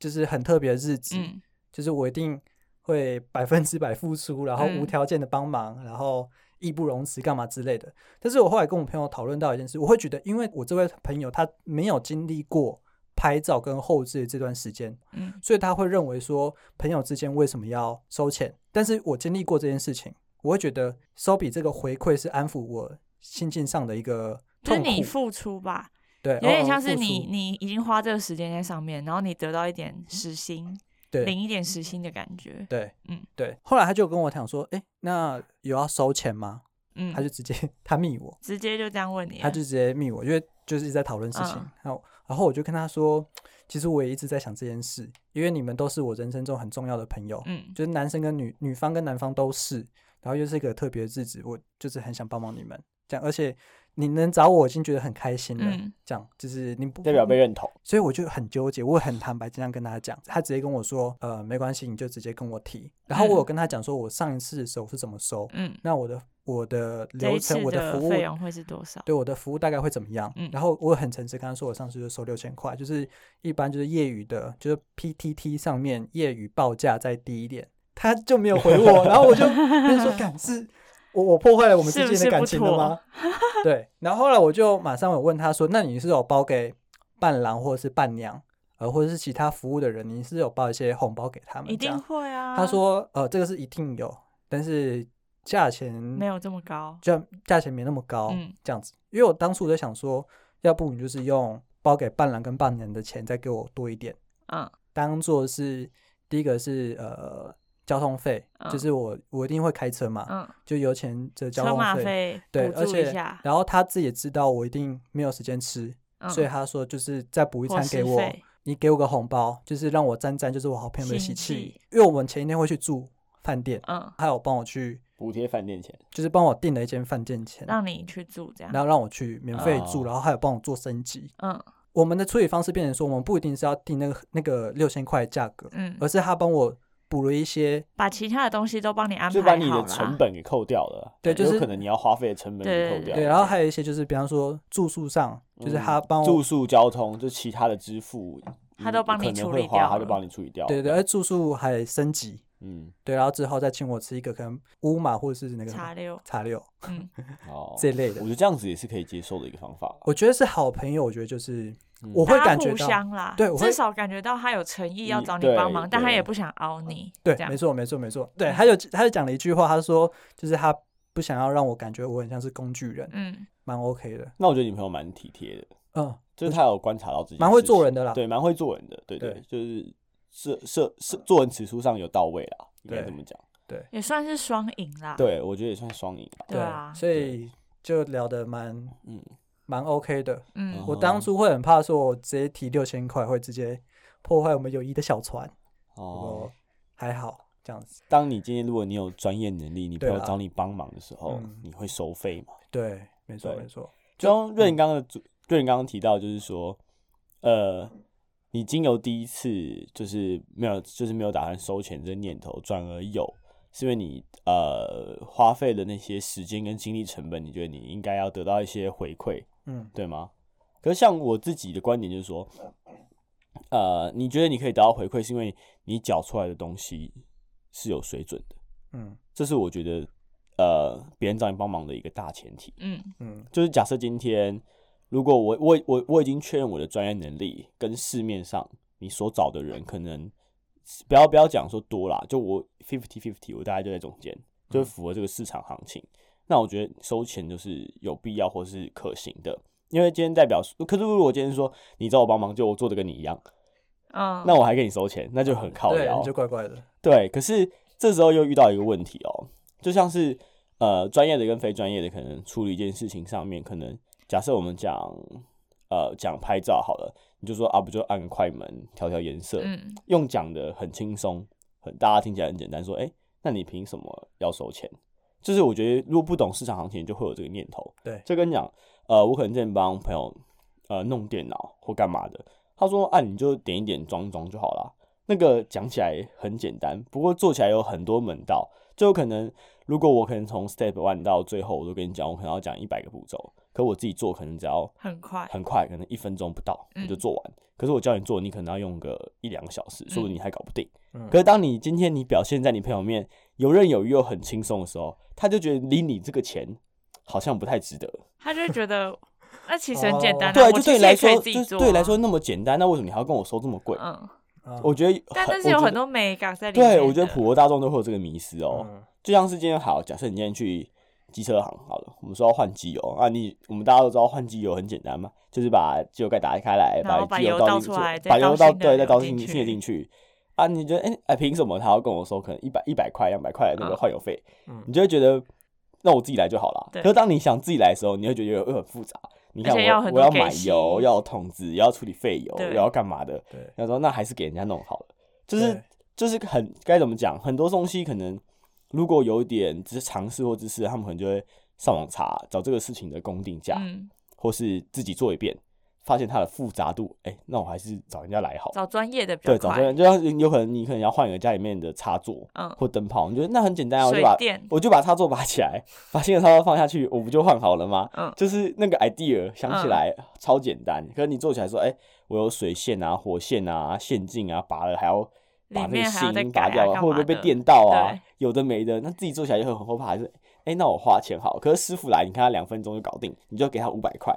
S1: 就是很特别的日子，
S2: 嗯
S1: 就是我一定会百分之百付出，然后
S2: 嗯
S1: 无条件的帮忙，然后义不容辞干嘛之类的。但是我后来跟我朋友讨论到一件事，我会觉得，因为我这位朋友他没有经历过拍照跟后置的这段时间，
S2: 嗯
S1: 所以他会认为说朋友之间为什么要收钱？但是我经历过这件事情，我会觉得收笔这个回馈是安抚我心境上的一个
S2: 就
S1: 痛
S2: 是
S1: 苦，
S2: 你付出吧，
S1: 对，
S2: 有点
S1: 哦
S2: 像是
S1: 付出
S2: 你你已经花这个时间在上面，然后你得到一点时薪，
S1: 对
S2: 领一点时薪的感觉，
S1: 对，嗯
S2: 嗯，
S1: 对。后来他就跟我讲说，哎、那有要收钱吗？
S2: 嗯，
S1: 他就直接他密我，
S2: 直接就这样问你了，
S1: 他就直接密我，因为就是一直在讨论事情
S2: 嗯。
S1: 然后，然后我就跟他说，其实我也一直在想这件事，因为你们都是我人生中很重要的朋友，
S2: 嗯
S1: 就是男生跟女女方跟男方都是，然后又是一个特别的日子，我就是很想帮忙你们。这样，而且你能找我，我已经觉得很开心了。
S2: 嗯
S1: 这样就是你不
S3: 代表被认同，
S1: 所以我就很纠结，我很坦白这样跟他讲，他直接跟我说，呃，没关系，你就直接跟我提。然后我有跟他讲说，我上一次的时候是怎么收，
S2: 嗯，
S1: 那我的我的
S2: 这
S1: 流
S2: 一次
S1: 程，我的服务，
S2: 费用会是多少？
S1: 对我的服务大概会怎么样？
S2: 嗯
S1: 然后我很诚实跟他说，我上次就收六千块，就是一般就是业余的，就是 PTT 上面业余报价再低一点，他就没有回我，然后我就跟 他说，敢是。我我破坏了我们之
S2: 是不
S1: 间
S2: 是
S1: 的
S2: 不
S1: 感情了吗？对，然后后来我就马上有问他说：“那你是有包给伴郎或者是伴娘，呃，或者是其他服务的人，你是有包一些红包给他们？”
S2: 一
S1: 这
S2: 定
S1: 样，
S2: 会啊。
S1: 他说：“呃，这个是一定有，但是价钱
S2: 没有这么高，
S1: 就价钱没那么高，
S2: 嗯
S1: 这样子。因为我当初在想说，要不你就是用包给伴郎跟伴娘的钱再给我多一点，
S2: 嗯
S1: 当做是第一个是呃交通费，
S2: 嗯
S1: 就是我我一定会开车嘛，
S2: 嗯，
S1: 就油钱这啊交
S2: 车
S1: 通
S2: 马
S1: 费，
S2: 费
S1: 对，
S2: 补
S1: 而
S2: 助一
S1: 且
S2: 下，
S1: 然后他自己也知道我一定没有时间吃，
S2: 嗯
S1: 所以他说就是再补一
S2: 伙
S1: 餐
S2: 食
S1: 给我，
S2: 费
S1: 你给我个红包，就是让我沾沾就是我好朋友的喜
S2: 心
S1: 气
S2: 意，
S1: 因为我们前一天会去住饭店，
S2: 嗯，
S1: 他有帮我去。
S3: 补贴饭店钱，
S1: 就是帮我订了一间饭店钱，
S2: 让你去住这样，
S1: 然后让我去免费住，
S3: 哦
S1: 然后还有帮我做升级。
S2: 嗯
S1: 我们的处理方式变成说，我们不一定是要定那个那个六千块的价格，
S2: 嗯，
S1: 而是他帮我补了一些，
S2: 把其他的东西都帮你安排
S3: 就
S2: 好
S3: 把
S2: 了，
S3: 你的成本给扣掉了，
S1: 对就是
S3: 有可能你要花费的成本给扣
S2: 对
S3: 掉，
S1: 对，然后还有一些就是，比方说住宿上，就是他帮我，
S3: 嗯住宿、交通，就其他的支付，
S2: 他都帮你
S3: 可能
S2: 处
S3: 会
S2: 理
S3: 花
S2: 掉
S3: 他就
S2: 了
S3: 帮你处理掉，
S1: 对对对，而住宿还升级，
S3: 嗯，
S1: 对，然后之后再请我吃一个可能乌马或者是那个
S2: 茶六，
S1: 茶六
S2: 嗯，
S3: 哦，
S1: 这类的
S3: 我觉，得这样子也是可以接受的一个方法啦。
S1: 我觉得是好朋友，我觉得就是
S3: 嗯
S1: 我会
S2: 大家
S1: 感觉
S2: 互
S1: 到，
S2: 相啦，
S1: 对我会
S2: 至少感觉到他有诚意要
S3: 嗯
S2: 找你
S3: 对
S2: 帮忙，但他
S3: 对嗯
S2: 也不想熬你，
S1: 对
S2: 这，样
S1: 没错，没错，没错，对，他就他就讲了一句话，他说就是他不想要让我感觉我很像是工具人，
S2: 嗯，
S1: 蛮 OK 的，
S3: 那我觉得你朋友蛮体贴的，
S1: 嗯，
S3: 就是他有观察到自己，
S1: 蛮会做人的啦
S3: 对，蛮会做人的，对对，
S1: 对
S3: 就是设设设做人此书上有到位啦，应该
S1: 对
S3: 这么讲。
S2: 也算是双赢啦，
S3: 对，我觉得也算双赢啦。
S2: 对啊，
S1: 所以就聊得蛮
S3: 嗯，
S1: 蛮 OK 的。
S2: 嗯
S3: 嗯
S1: 我当初会很怕说，我直接提六千块会直接破坏我们友谊的小船，不
S3: 哦
S1: 过，还好这样子。
S3: 当你今天如果你有专业能力，你
S1: 对
S3: 朋友
S1: 啦
S3: 找你帮忙的时候
S1: 嗯，
S3: 你会收费吗？
S1: 对，没错
S3: 对
S1: 没错，
S3: 就像瑞你刚刚的主，瑞你刚刚提到，就是说，呃，你经由第一次就是没有，就是没有打算收钱这个念头，转而有，是因为你呃花费的那些时间跟精力成本，你觉得你应该要得到一些回馈，
S1: 嗯
S3: 对吗？可是像我自己的观点就是说，呃，你觉得你可以得到回馈，是因为你缴出来的东西是有水准的，
S1: 嗯
S3: 这是我觉得呃别人找你帮忙的一个大前提。
S2: 嗯
S1: 嗯
S3: 就是假设今天，如果我我我我已经确认我的专业能力跟市面上你所找的人，可能不要不要讲说多啦，就我 fifty fifty，我大概就在中间，
S1: 嗯
S3: 就是符合这个市场行情。那我觉得收钱就是有必要或是可行的，因为今天代表，可是如果我今天说你找我帮忙，就我做的跟你一样，
S2: 嗯，
S3: 那我还给你收钱，那就很靠
S1: 对，
S3: 腰
S1: 你，就怪怪的。
S3: 对，可是这时候又遇到一个问题哦，就像是呃，专业的跟非专业的可能处理一件事情上面，可能假设我们讲呃讲拍照好了，你就说啊，不就按个快门调调颜色，
S2: 嗯
S3: 用讲的很轻松，很大家听起来很简单，说哎、诶那你凭什么要收钱？就是我觉得如果不懂市场行情，就会有这个念头。
S1: 对，
S3: 就跟你讲，呃，我可能之前帮朋友呃弄电脑或干嘛的，他说啊，你就点一点装一装就好啦。那个讲起来很简单，不过做起来有很多门道，就有可能如果我可能从 step one 到最后，我都跟你讲，我可能要讲一百个步骤，可我自己做可能只要
S2: 很快，
S3: 很快，可能一分钟不到
S2: 嗯
S3: 你就做完。可是我教你做，你可能要用个一两个小时，说不
S2: 嗯
S3: 定你还搞不定。
S1: 嗯
S3: 可是当你今天你表现在你朋友面游刃有余又很轻松的时候，他就觉得离你这个钱好像不太值得。
S2: 他就觉 得啊那其实很简单啊，
S3: 对啊，
S2: 我
S3: 就
S2: 其
S3: 对
S2: 实
S3: 你来
S2: 也可以
S3: 说，
S2: 自
S3: 就
S2: 己
S3: 是
S2: 做，啊
S3: 对你来说，那么简单，那为什么你还要跟我收这么贵？
S2: 嗯，
S1: 啊
S3: 我觉得，
S2: 但
S3: 很
S2: 但是有
S3: 我觉
S2: 很
S3: 得
S2: 多美感在里面的，
S3: 对，我觉得普罗大众都会有这个迷失哦。
S1: 嗯
S3: 就像是今天好，假设你今天去机车行好了，我们说要换机油啊，你我们大家都知道换机油很简单嘛，就是把机油盖打开来，
S2: 然后把
S3: 机油
S2: 油
S3: 倒
S2: 倒
S3: 进
S2: 出
S3: 去
S2: 来再
S3: 把
S2: 倒
S3: 油倒
S2: 新的
S3: 对，再
S2: 油
S3: 倒
S2: 进
S3: 进
S2: 去
S3: 去进去啊，你觉得哎哎，凭什么他要跟我收可能一百一百块两百块的那个
S2: 嗯
S3: 换油费？
S1: 嗯
S3: 你就会觉得那我自己来就好了。
S2: 对
S3: 可是当你想自己来的时候，你会觉得有有很复杂。你看
S2: 而且要
S3: 我
S2: 很
S3: 我
S2: 多
S3: 要
S2: 给
S3: 买
S2: 息
S3: 油，要有桶子，要处理废油，
S2: 对
S3: 又要干嘛的？
S1: 对
S3: 他说那还是给人家弄好了，呃就是
S1: 对
S3: 就是很该怎么讲，很多东西可能如果有一点只是尝试或知识，他们可能就会上网查找这个事情的公定价，
S2: 嗯，
S3: 或是自己做一遍，发现它的复杂度，哎、那我还是找人家来好。
S2: 找专业的比
S3: 对，
S2: 较
S3: 找
S2: 快，
S3: 专人，就像有可能你可能要换一个家里面的插座
S2: 嗯，
S3: 或灯泡，你觉得那很简单啊，我就
S2: 水
S3: 把
S2: 电，
S3: 我就把插座拔起来，把新的插座放下去，我不就换好了 吗？
S2: 嗯
S3: 就是那个 idea 想起来超简单，可是你做起来说，哎、我有水线啊、火线啊、线径啊，拔了还要
S2: 里
S3: 把那个
S2: 面还要
S3: 线
S2: 再
S3: 音
S2: 改
S3: 拔
S2: 啊，
S3: 掉啊，
S2: 干
S3: 会不
S2: 嘛
S3: 会被
S2: 的
S3: 电到啊
S2: 对？
S3: 有的没的，那自己做起来就很后怕，还是哎、那我花钱好，可是师傅来，你看他两分钟就搞定，你就给他五百块，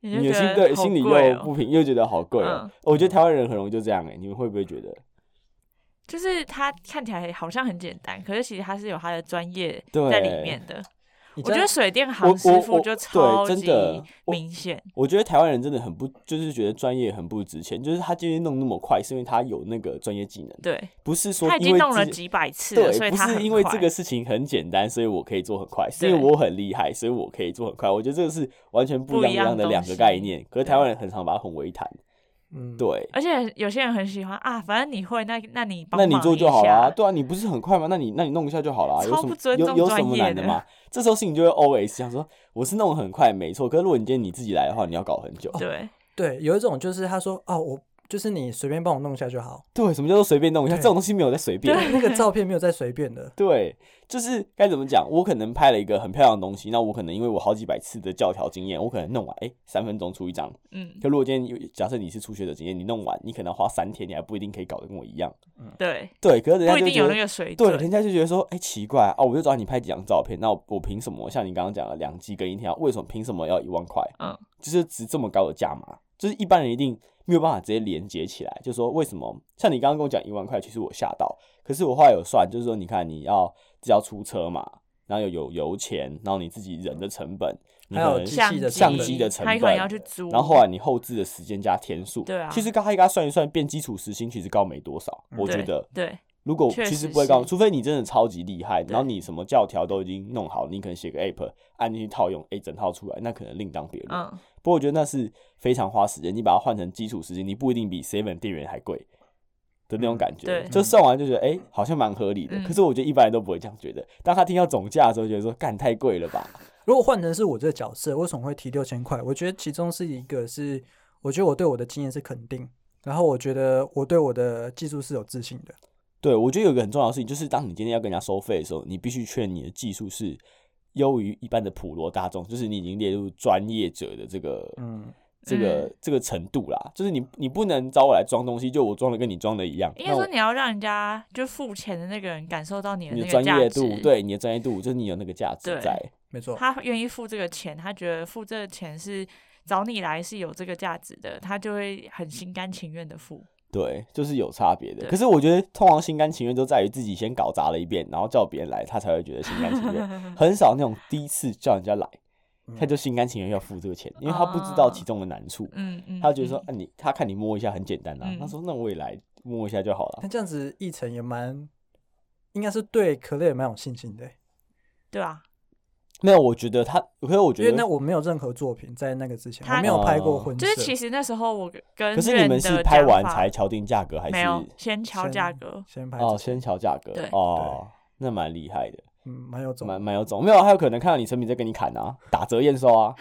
S2: 你
S3: 你
S2: 就
S3: 的
S2: 觉
S3: 心
S2: 得
S3: 对
S2: 好
S3: 心里
S2: 贵
S3: 又
S2: 哦
S3: 不平，又觉得好贵哦、
S2: 嗯
S3: 我觉得台湾人很容易就这样哎、你们会不会觉得？
S2: 就是它看起来好像很简单，可是其实它是有它的专业
S3: 对
S2: 在里面的。
S1: 你
S2: 我
S1: 这
S2: 觉
S1: 样
S2: 得水电
S3: 我
S2: 行师
S3: 我
S2: 傅
S3: 我
S2: 就
S3: 对
S2: 超
S3: 真
S2: 级
S3: 的我
S2: 明显，
S3: 我觉得台湾人真的很不，就是觉得专业很不值钱，就是他今天弄那么快，是因为他有那个专业技能，
S2: 对，
S3: 不是说
S2: 他已
S3: 因
S2: 经
S3: 为
S2: 弄了
S3: 自己
S2: 几百次了，所
S3: 对，
S2: 以
S3: 不
S2: 他
S3: 是
S2: 很
S3: 因为
S2: 快
S3: 这个事情很简单，所以我可以做很快，是因为
S2: 对
S3: 我很厉害，所以我可以做很快。我觉得这个是完全
S2: 不
S3: 不
S2: 一
S3: 一
S2: 样
S3: 样的
S2: 东
S3: 两个
S2: 西
S3: 概念，可是台
S2: 对
S3: 湾人很常把它混为一谈。
S1: 嗯
S3: 对，
S2: 而且有些人很喜欢啊，反正你会，那那你帮
S3: 那你
S2: 忙
S3: 做
S2: 一
S3: 就好
S2: 下
S3: 啦，对啊，你不是很快吗？那你那你弄一下就好啦，有
S2: 超
S3: 什
S2: 不
S3: 么
S2: 尊重
S3: 有有什
S2: 专
S3: 么
S2: 业
S3: 难的
S2: 的
S3: 嘛？这时候心里就会 always 想说，我是弄得很快没错，可是如果你今天你自己来的话，你要搞很久。
S2: 对，
S1: 对，有一种就是他说哦，我就是你随便帮我弄一下就 好。
S3: 对，什么叫做随便弄一下？
S1: 对
S3: 这种东西没有在随便。
S1: 那个照片没有在随便的，
S3: 对，就是该怎么讲？我可能拍了一个很漂亮的东西，那我可能因为我好几百次的教条经验，我可能弄完，哎、三分钟出一张。
S2: 嗯，
S3: 可如果今天有假设你是初学者经验，你弄完，你可能要花三天，你还不一定可以搞得跟我一样。
S2: 对，
S3: 对，可是人
S2: 不一
S3: 家就
S2: 定
S3: 觉
S2: 有
S3: 得
S2: 那个水
S3: 对，
S2: 准。
S3: 人家就觉得说，哎、奇怪啊，哦我就找你拍几张照片，那我我凭什么像你刚刚讲的两 G 跟一条，为什么凭什么要一万块？
S2: 嗯，
S3: 就是值这么高的价码，就是一般人一定没有办法直接连接起来，就说为什么像你刚刚跟我讲一万块，其实我吓到，可是我后来有算，就是说你看你要自己要出车嘛，然后有有油钱，然后你自己人的成本，你
S1: 还
S3: 可
S1: 有
S3: 能
S1: 机
S2: 相
S1: 器的
S3: 相
S1: 成本
S3: 机的成
S2: 他可能
S3: 本
S2: 要去租，
S3: 然后后来你后置的时间加天数，
S2: 对啊嗯
S3: 其实刚一刚算一算，变基础时薪其实高没多少，我觉
S2: 对
S3: 得。
S2: 对
S3: 如果
S2: 确
S3: 其
S2: 实
S3: 实不会告
S2: 是
S3: 诉，除非你真的超级厉害，
S2: 对
S3: 然后你什么教条都已经弄好，你可能写个 app 按进去套用，哎、整套出来，那可能另当别论。
S2: 嗯，
S3: 不过我觉得那是非常花时间，你把它换成基础时间，你不一定比 seven 店员还贵的那种感觉。
S2: 嗯对
S3: 就算完就觉得哎、诶好像蛮合理的。
S2: 嗯
S3: 可是我觉得一般人都不会这样觉得，当他听到总价的时候，觉得说干太贵了吧？
S1: 如果换成是我这个角色，为什么会提六千块？我觉得其中是一个是，我觉得我对我的经验是肯定，然后我觉得我对我的技术是有自信的。
S3: 对，我觉得有一个很重要的事情，就是当你今天要跟人家收费的时候，你必须确认你的技术是优于一般的普罗大众，就是你已经列入专业者的这个
S1: 嗯，
S3: 这个、
S2: 嗯
S3: 这个程度啦，就是你你不能找我来装东西，就我装的跟你装的一样。
S2: 应该
S3: 那我
S2: 说你要让人家就付钱的那个人感受到你的
S3: 你
S2: 那
S3: 的
S2: 个
S3: 专
S2: 价
S3: 业
S2: 值，
S3: 度，，对你的专业度，就是你有那个价值
S2: 对
S3: 在。
S1: 没错。
S2: 他愿意付这个钱，他觉得付这个钱是找你来是有这个价值的，他就会很心甘情愿的付。
S3: 对，就是有差别的。
S2: 对
S3: 可是我觉得通常心甘情愿都在于自己先搞砸了一遍，然后叫别人来，他才会觉得心甘 情愿。很少那种第一次叫人家来，他就心甘情愿要付这个钱，因为他不知
S2: 哦
S3: 道其中的难处，
S2: 嗯嗯，
S3: 他觉得说
S2: 嗯，
S3: 啊你他看你摸一下很简单啊
S2: 嗯，
S3: 他说那我也来摸一下就好了
S1: 那。这样子议程也蛮，应该是对可乐也蛮有信心的欸，
S2: 对啊，
S3: 没有，我觉得他，可是我
S1: 因
S3: 觉
S1: 为
S3: 得
S1: 那我没有任何作品在那个之前，
S2: 他
S1: 我没有拍过婚
S2: 哦就
S1: 摄，
S2: 是其实那时候我跟
S3: 嗯可是你们
S2: Ren
S3: 是
S2: 的
S3: 拍
S2: 讲
S3: 完
S2: 法
S3: 才敲定价格，还
S2: 没有
S3: 是
S2: 先敲
S1: 先
S2: 价格，
S1: 先拍
S3: 哦
S1: 之前
S3: 先敲价格
S2: 对？
S3: 哦，那蛮厉害的，
S1: 嗯蛮有种
S3: 蛮蛮有种。没有，还有可能看到你成品在跟你砍啊，打折验收啊。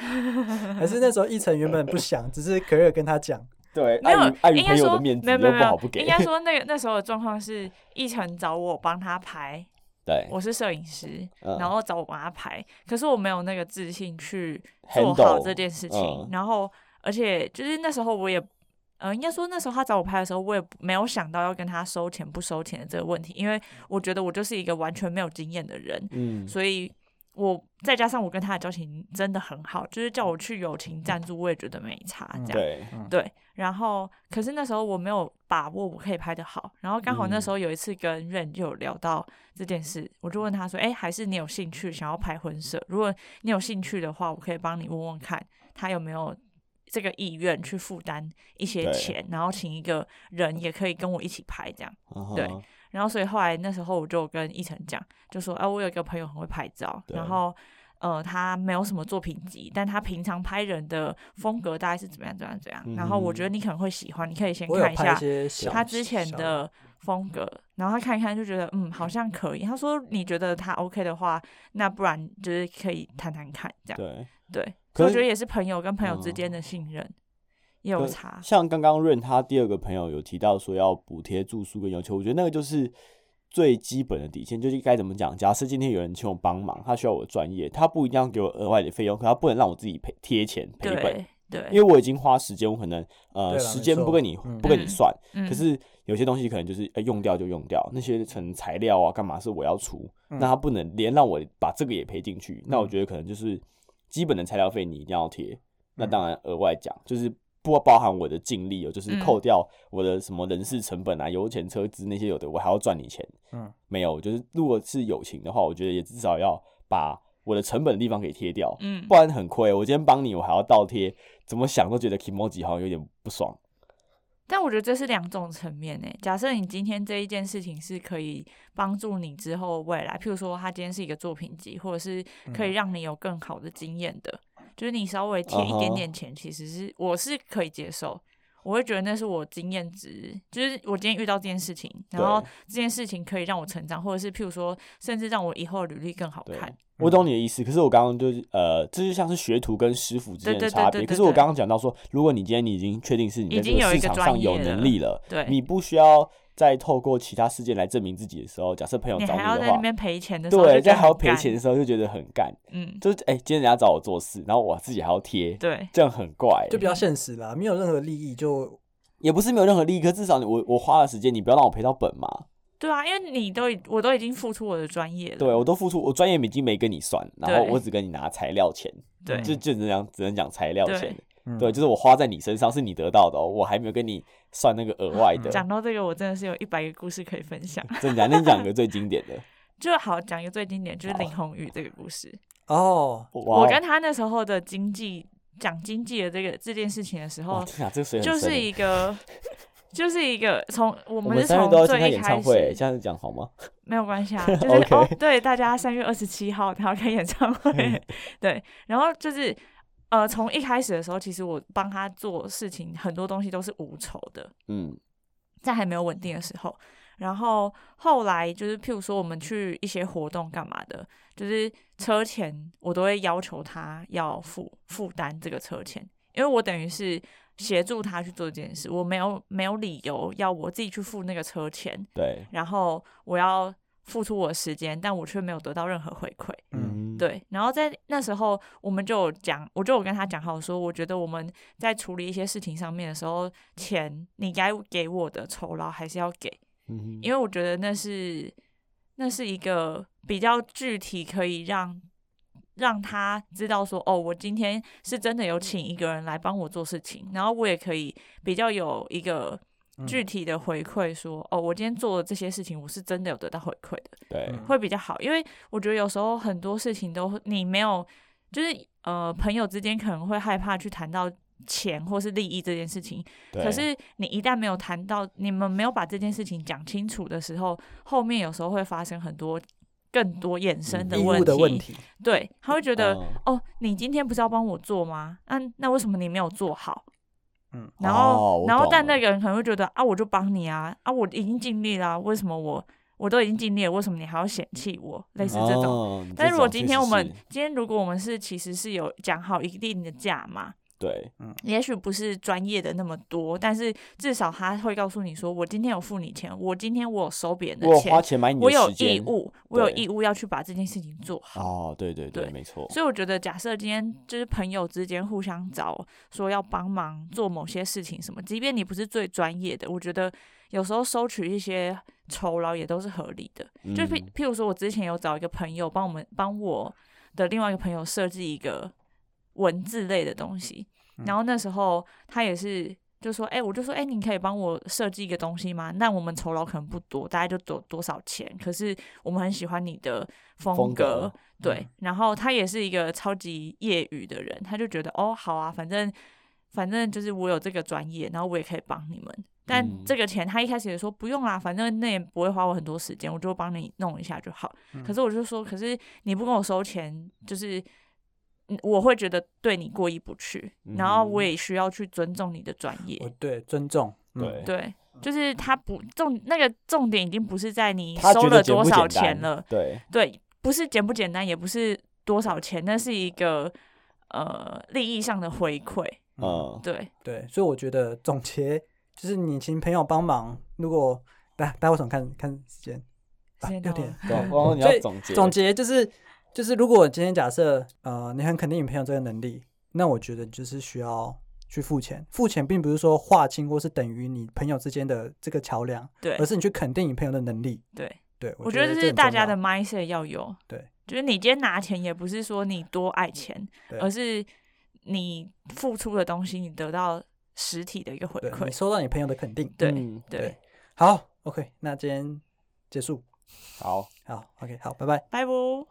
S1: 还是那时候一晨原本不 想，只是可乐跟他讲，
S3: 对，
S2: 没有
S3: 碍于碍，于
S2: 应该
S3: 朋友
S2: 说
S3: 的面子
S2: 没有没
S3: 又
S2: 有
S3: 不
S2: 没有
S3: 好不给
S2: 应。该说那个那时候的状况是，一晨找我帮他拍，
S3: 对，
S2: 我是摄影师，
S3: 嗯
S2: 然后找我帮他拍，可是我没有那个自信去做
S3: Handle，
S2: 好这件事情，
S3: 嗯
S2: 然后而且就是那时候我也。呃，应该说那时候他找我拍的时候，我也没有想到要跟他收钱不收钱的这个问题，因为我觉得我就是一个完全没有经验的人，
S3: 嗯，
S2: 所以我再加上我跟他的交情真的很好，就是叫我去友情赞助，我也觉得没差
S1: 嗯
S2: 这样。
S3: 对，
S2: 对，然后可是那时候我没有把握我可以拍得好，然后刚好那
S3: 嗯
S2: 时候有一次跟 Rain 就有聊到这件事，我就问他说：“哎，还是你有兴趣想要拍婚摄？如果你有兴趣的话，我可以帮你问问看他有没有这个意愿去负担一些
S3: 对
S2: 钱，然后请一个人也可以跟我一起拍这样。”
S3: 嗯
S2: 对
S3: 哼
S2: 然后所以后来那时候我就跟一晨讲，就说啊，我有一个朋友很会拍照，
S3: 对
S2: 然后呃，他没有什么作品集，但他平常拍人的风格大概是怎么样怎么样怎么样。
S3: 嗯
S2: 然后我觉得你可能会喜欢，你可以先
S1: 我有
S2: 看一
S1: 拍一
S2: 下
S1: 些小
S2: 他之前
S1: 小
S2: 的风格，然后他看一看就觉得嗯好像可以。他说你觉得他 OK 的话，那不然就是可以谈谈看这样。
S3: 对。
S2: 对，所以
S3: 可
S2: 我
S3: 是
S2: 觉得也是朋友跟朋友之
S3: 嗯
S2: 间的信任、也有
S3: 可
S2: 差。
S3: 像刚刚润他第二个朋友有提到说要补贴住宿跟油钱，我觉得那个就是最基本的底线，就是该怎么讲。假设今天有人请我帮忙，他需要我的专业，他不一定要给我额外的费用，可他不能让我自己赔贴钱赔本。
S2: 对对，
S3: 因为我已经花时间，我可能呃
S1: 对啦
S3: 时间
S1: 没错
S3: 不跟你
S1: 嗯
S3: 不跟你算，
S2: 嗯
S3: 可是有些东西可能就是、呃用掉就用掉，那些成材料啊干嘛是我要出，
S1: 嗯
S3: 那他不能连让我把这个也赔进去，那我
S1: 嗯
S3: 觉得可能就是基本的材料费你一定要贴，那当然额外讲就是。不包含我的尽力哦，就是
S2: 嗯
S3: 扣掉我的什么人事成本啊、油钱、车资那些有的，我还要赚你钱。
S1: 嗯，
S3: 没有，就是如果是友情的话，我觉得也至少要把我的成本的地方给贴掉。
S2: 嗯
S3: 不，然很亏。哦我今天帮你，我还要倒贴，怎么想都觉得 emoji 好像有点不爽。
S2: 但我觉得这是两种层面诶。假设你今天这一件事情是可以帮助你之后未来，譬如说它今天是一个作品集，或者是可
S3: 嗯
S2: 以让你有更好的经验的，就是你稍微贴一点点钱，其实是我是可以接受。我会觉得那是我经验值，就是我今天遇到这件事情，然后这件事情可以让我成长，或者是譬如说，甚至让我以后履历更好
S3: 对
S2: 看。
S3: 我懂你的意思，可是我刚刚就是呃，这就像是学徒跟师傅之间的
S2: 对对对
S3: 差别。
S2: 对对
S3: 可
S2: 对
S3: 是我刚刚讲到说，如果你今天你已经确定是你在
S2: 已
S3: 这
S2: 经有
S3: 个
S2: 一
S3: 市
S2: 个
S3: 场
S2: 专
S3: 上
S2: 业
S3: 有能
S2: 了
S3: 力了，
S2: 对，
S3: 你不需要再透过其他事件来证明自己的时候，假设朋友
S2: 你
S3: 找
S2: 还要在
S3: 你的
S2: 那
S3: 话，
S2: 边赔钱的时候，
S3: 对，
S2: 就觉
S3: 在
S2: 得
S3: 还要
S2: 很
S3: 赔
S2: 干
S3: 钱的，时候就觉得很干，
S2: 嗯，
S3: 就是哎、今天人家找我做事，然后我自己还要贴，
S2: 对，
S3: 这样很怪、
S1: 就比较现实啦，没有任何利益就
S3: 也不是没有任何利益，可至少你我我花了时间，你不要让我赔到本嘛。
S2: 对啊，因为你都已我都已经付出我的专业了，
S3: 对我都付出，我专业已经没跟你算，然后
S2: 对
S3: 我只跟你拿材料钱，
S2: 对
S3: 就就只能讲只能讲材料钱。
S1: 嗯
S3: 对，就是我花在你身上是你得到的、哦，我还没有跟你算那个额外的。
S2: 嗯讲到这个，我真的是有一百个故事可以分享。
S3: 真的，那你讲个最经典的。
S2: 就好讲一个最经典，就是林宏宇这个故事。
S1: 哦，
S3: 哇
S2: 我跟他那时候的经济讲经济的这个这件事情的时
S3: 哇
S2: 候，
S3: 天啊，这个水很
S2: 就
S3: 深
S2: 是
S3: 欸
S2: 一个，就是一个从我
S3: 我
S2: 们是
S3: 三月
S2: 从
S3: 都要去看
S2: 最一
S3: 演
S2: 开
S3: 唱会欸，
S2: 始
S3: 这样子讲好吗？
S2: 没有关系 啊，就是
S3: OK
S2: 哦，对，大家三月二十七号然后开演唱
S3: 嗯
S2: 会， 对，然后就是呃，从一开始的时候，其实我帮他做事情，很多东西都是无酬的，
S3: 嗯，
S2: 在还没有稳定的时候，然后后来就是譬如说我们去一些活动干嘛的，就是车钱我都会要求他要负负担这个车钱，因为我等于是协助他去做这件事，我没有没有理由要我自己去付那个车钱，
S3: 对，
S2: 然后我要付出我的时间，但我却没有得到任何回馈。
S1: 嗯，
S3: 嗯，
S2: 对，然后在那时候，我们就有讲，我就有跟他讲好说，我觉得我们在处理一些事情上面的时候，钱你该给我的酬劳还是要给，
S3: 嗯，
S2: 因为我觉得那是那是一个比较具体，可以让让他知道说，哦，我今天是真的有请一个人来帮我做事情，然后我也可以比较有一个
S1: 嗯
S2: 具体的回馈说，哦，我今天做的这些事情，我是真的有得到回馈的。
S3: 对，
S1: 嗯
S2: 会比较好，因为我觉得有时候很多事情都你没有，就是呃朋友之间可能会害怕去谈到钱或是利益这件事情，
S3: 对
S2: 可是你一旦没有谈到，你们没有把这件事情讲清楚的时候，后面有时候会发生很多更多衍生
S3: 嗯
S2: 的
S1: 义
S2: 问
S1: 务
S2: 题。
S1: 的问题，
S2: 对，他会觉得、
S3: 嗯
S2: 哦，你今天不是要帮我做吗？那、那为什么你没有做好？
S1: 嗯
S2: 然
S3: 哦
S2: 后，
S3: 我
S2: 然后
S3: 懂
S2: 但
S3: 了
S2: 那个人可能会觉得啊，我就帮你啊，啊，我已经尽力啦、为什么我我都已经尽力了，为什么你还要嫌弃我？类似这种。
S3: 哦你
S2: 但是
S3: 这
S2: 如果
S3: 种
S2: 今
S3: 确
S2: 天我
S3: 实
S2: 们
S3: 是
S2: 今天如果我们是其实是有讲好一定的价嘛，
S3: 对
S2: 也许不是专业的那么多，但是至少他会告诉你说，我今天有付你钱，我今天我有收别人的
S3: 我有
S2: 钱，
S3: 花钱买你
S2: 我
S3: 的
S2: 有
S3: 时
S2: 义
S3: 间，
S2: 务，我有
S3: 对
S2: 义务要去把这件事情做好。
S3: 哦，对对对，
S2: 对
S3: 没错，
S2: 所以我觉得，假设今天就是朋友之间互相找说要帮忙做某些事情什么，即便你不是最专业的，我觉得有时候收取一些酬劳也都是合理的。就譬
S3: 嗯
S2: 譬如说，我之前有找一个朋友帮我们帮我的另外一个朋友设计一个文字类的东西，
S1: 嗯
S2: 然后那时候他也是。就说，哎、我就说，哎、你可以帮我设计一个东西吗？那我们酬劳可能不多，大概就多多少钱，可是我们很喜欢你的风
S3: 风格嗯
S2: 对，然后他也是一个超级业余的人，他就觉得哦，好啊，反正反正就是我有这个专业，然后我也可以帮你们。但
S3: 嗯
S2: 这个钱他一开始也说不用啦，反正那也不会花我很多时间，我就帮你弄一下就好。
S3: 嗯
S2: 可是我就说，可是你不跟我收钱，就是嗯我会觉得对你过意不去，然后
S3: 嗯
S2: 我也需要去尊重你的专业。
S1: 我对尊重，嗯
S3: 对
S2: 对，就是他不重那个重点已经不是在你
S3: 他
S2: 收
S3: 觉
S2: 了
S3: 得简
S2: 多
S3: 不
S2: 少
S3: 简
S2: 钱
S3: 单
S2: 了，
S3: 对，
S2: 对，不是简不简单，也不是多少钱，那是一个呃利益上的回馈。
S1: 嗯
S3: 嗯，
S2: 对，
S1: 对，所以我觉得总结就是你请朋友帮忙，如果大家大家为什么看看时间？啊
S2: 时间
S1: 六
S2: 到
S1: 点
S2: 了。
S3: 懂。然后你
S1: 所
S3: 要
S1: 以
S3: 总结
S1: 总结就是就是，如果今天假设呃你很肯定你朋友这个能力，那我觉得你就是需要去付钱。付钱并不是说划清或是等于你朋友之间的这个桥梁，
S2: 对
S1: 而是你去肯定你朋友的能力。
S2: 对，
S1: 对，我
S2: 我觉得这
S1: 这
S2: 是
S1: 很
S2: 大
S1: 重
S2: 家
S1: 要
S2: 的 mindset 要有。
S1: 对，
S2: 就是你今天拿钱，也不是说你多爱钱
S1: 对，
S2: 而是你付出的东西，你得到实体的一个回
S1: 对，你
S2: 馈。
S1: 收到你朋友的肯定。
S2: 对
S3: 嗯
S2: 对，
S1: 好，OK，那今天结束。
S3: 好。
S1: 好，OK，好，拜拜。
S2: 拜拜。哦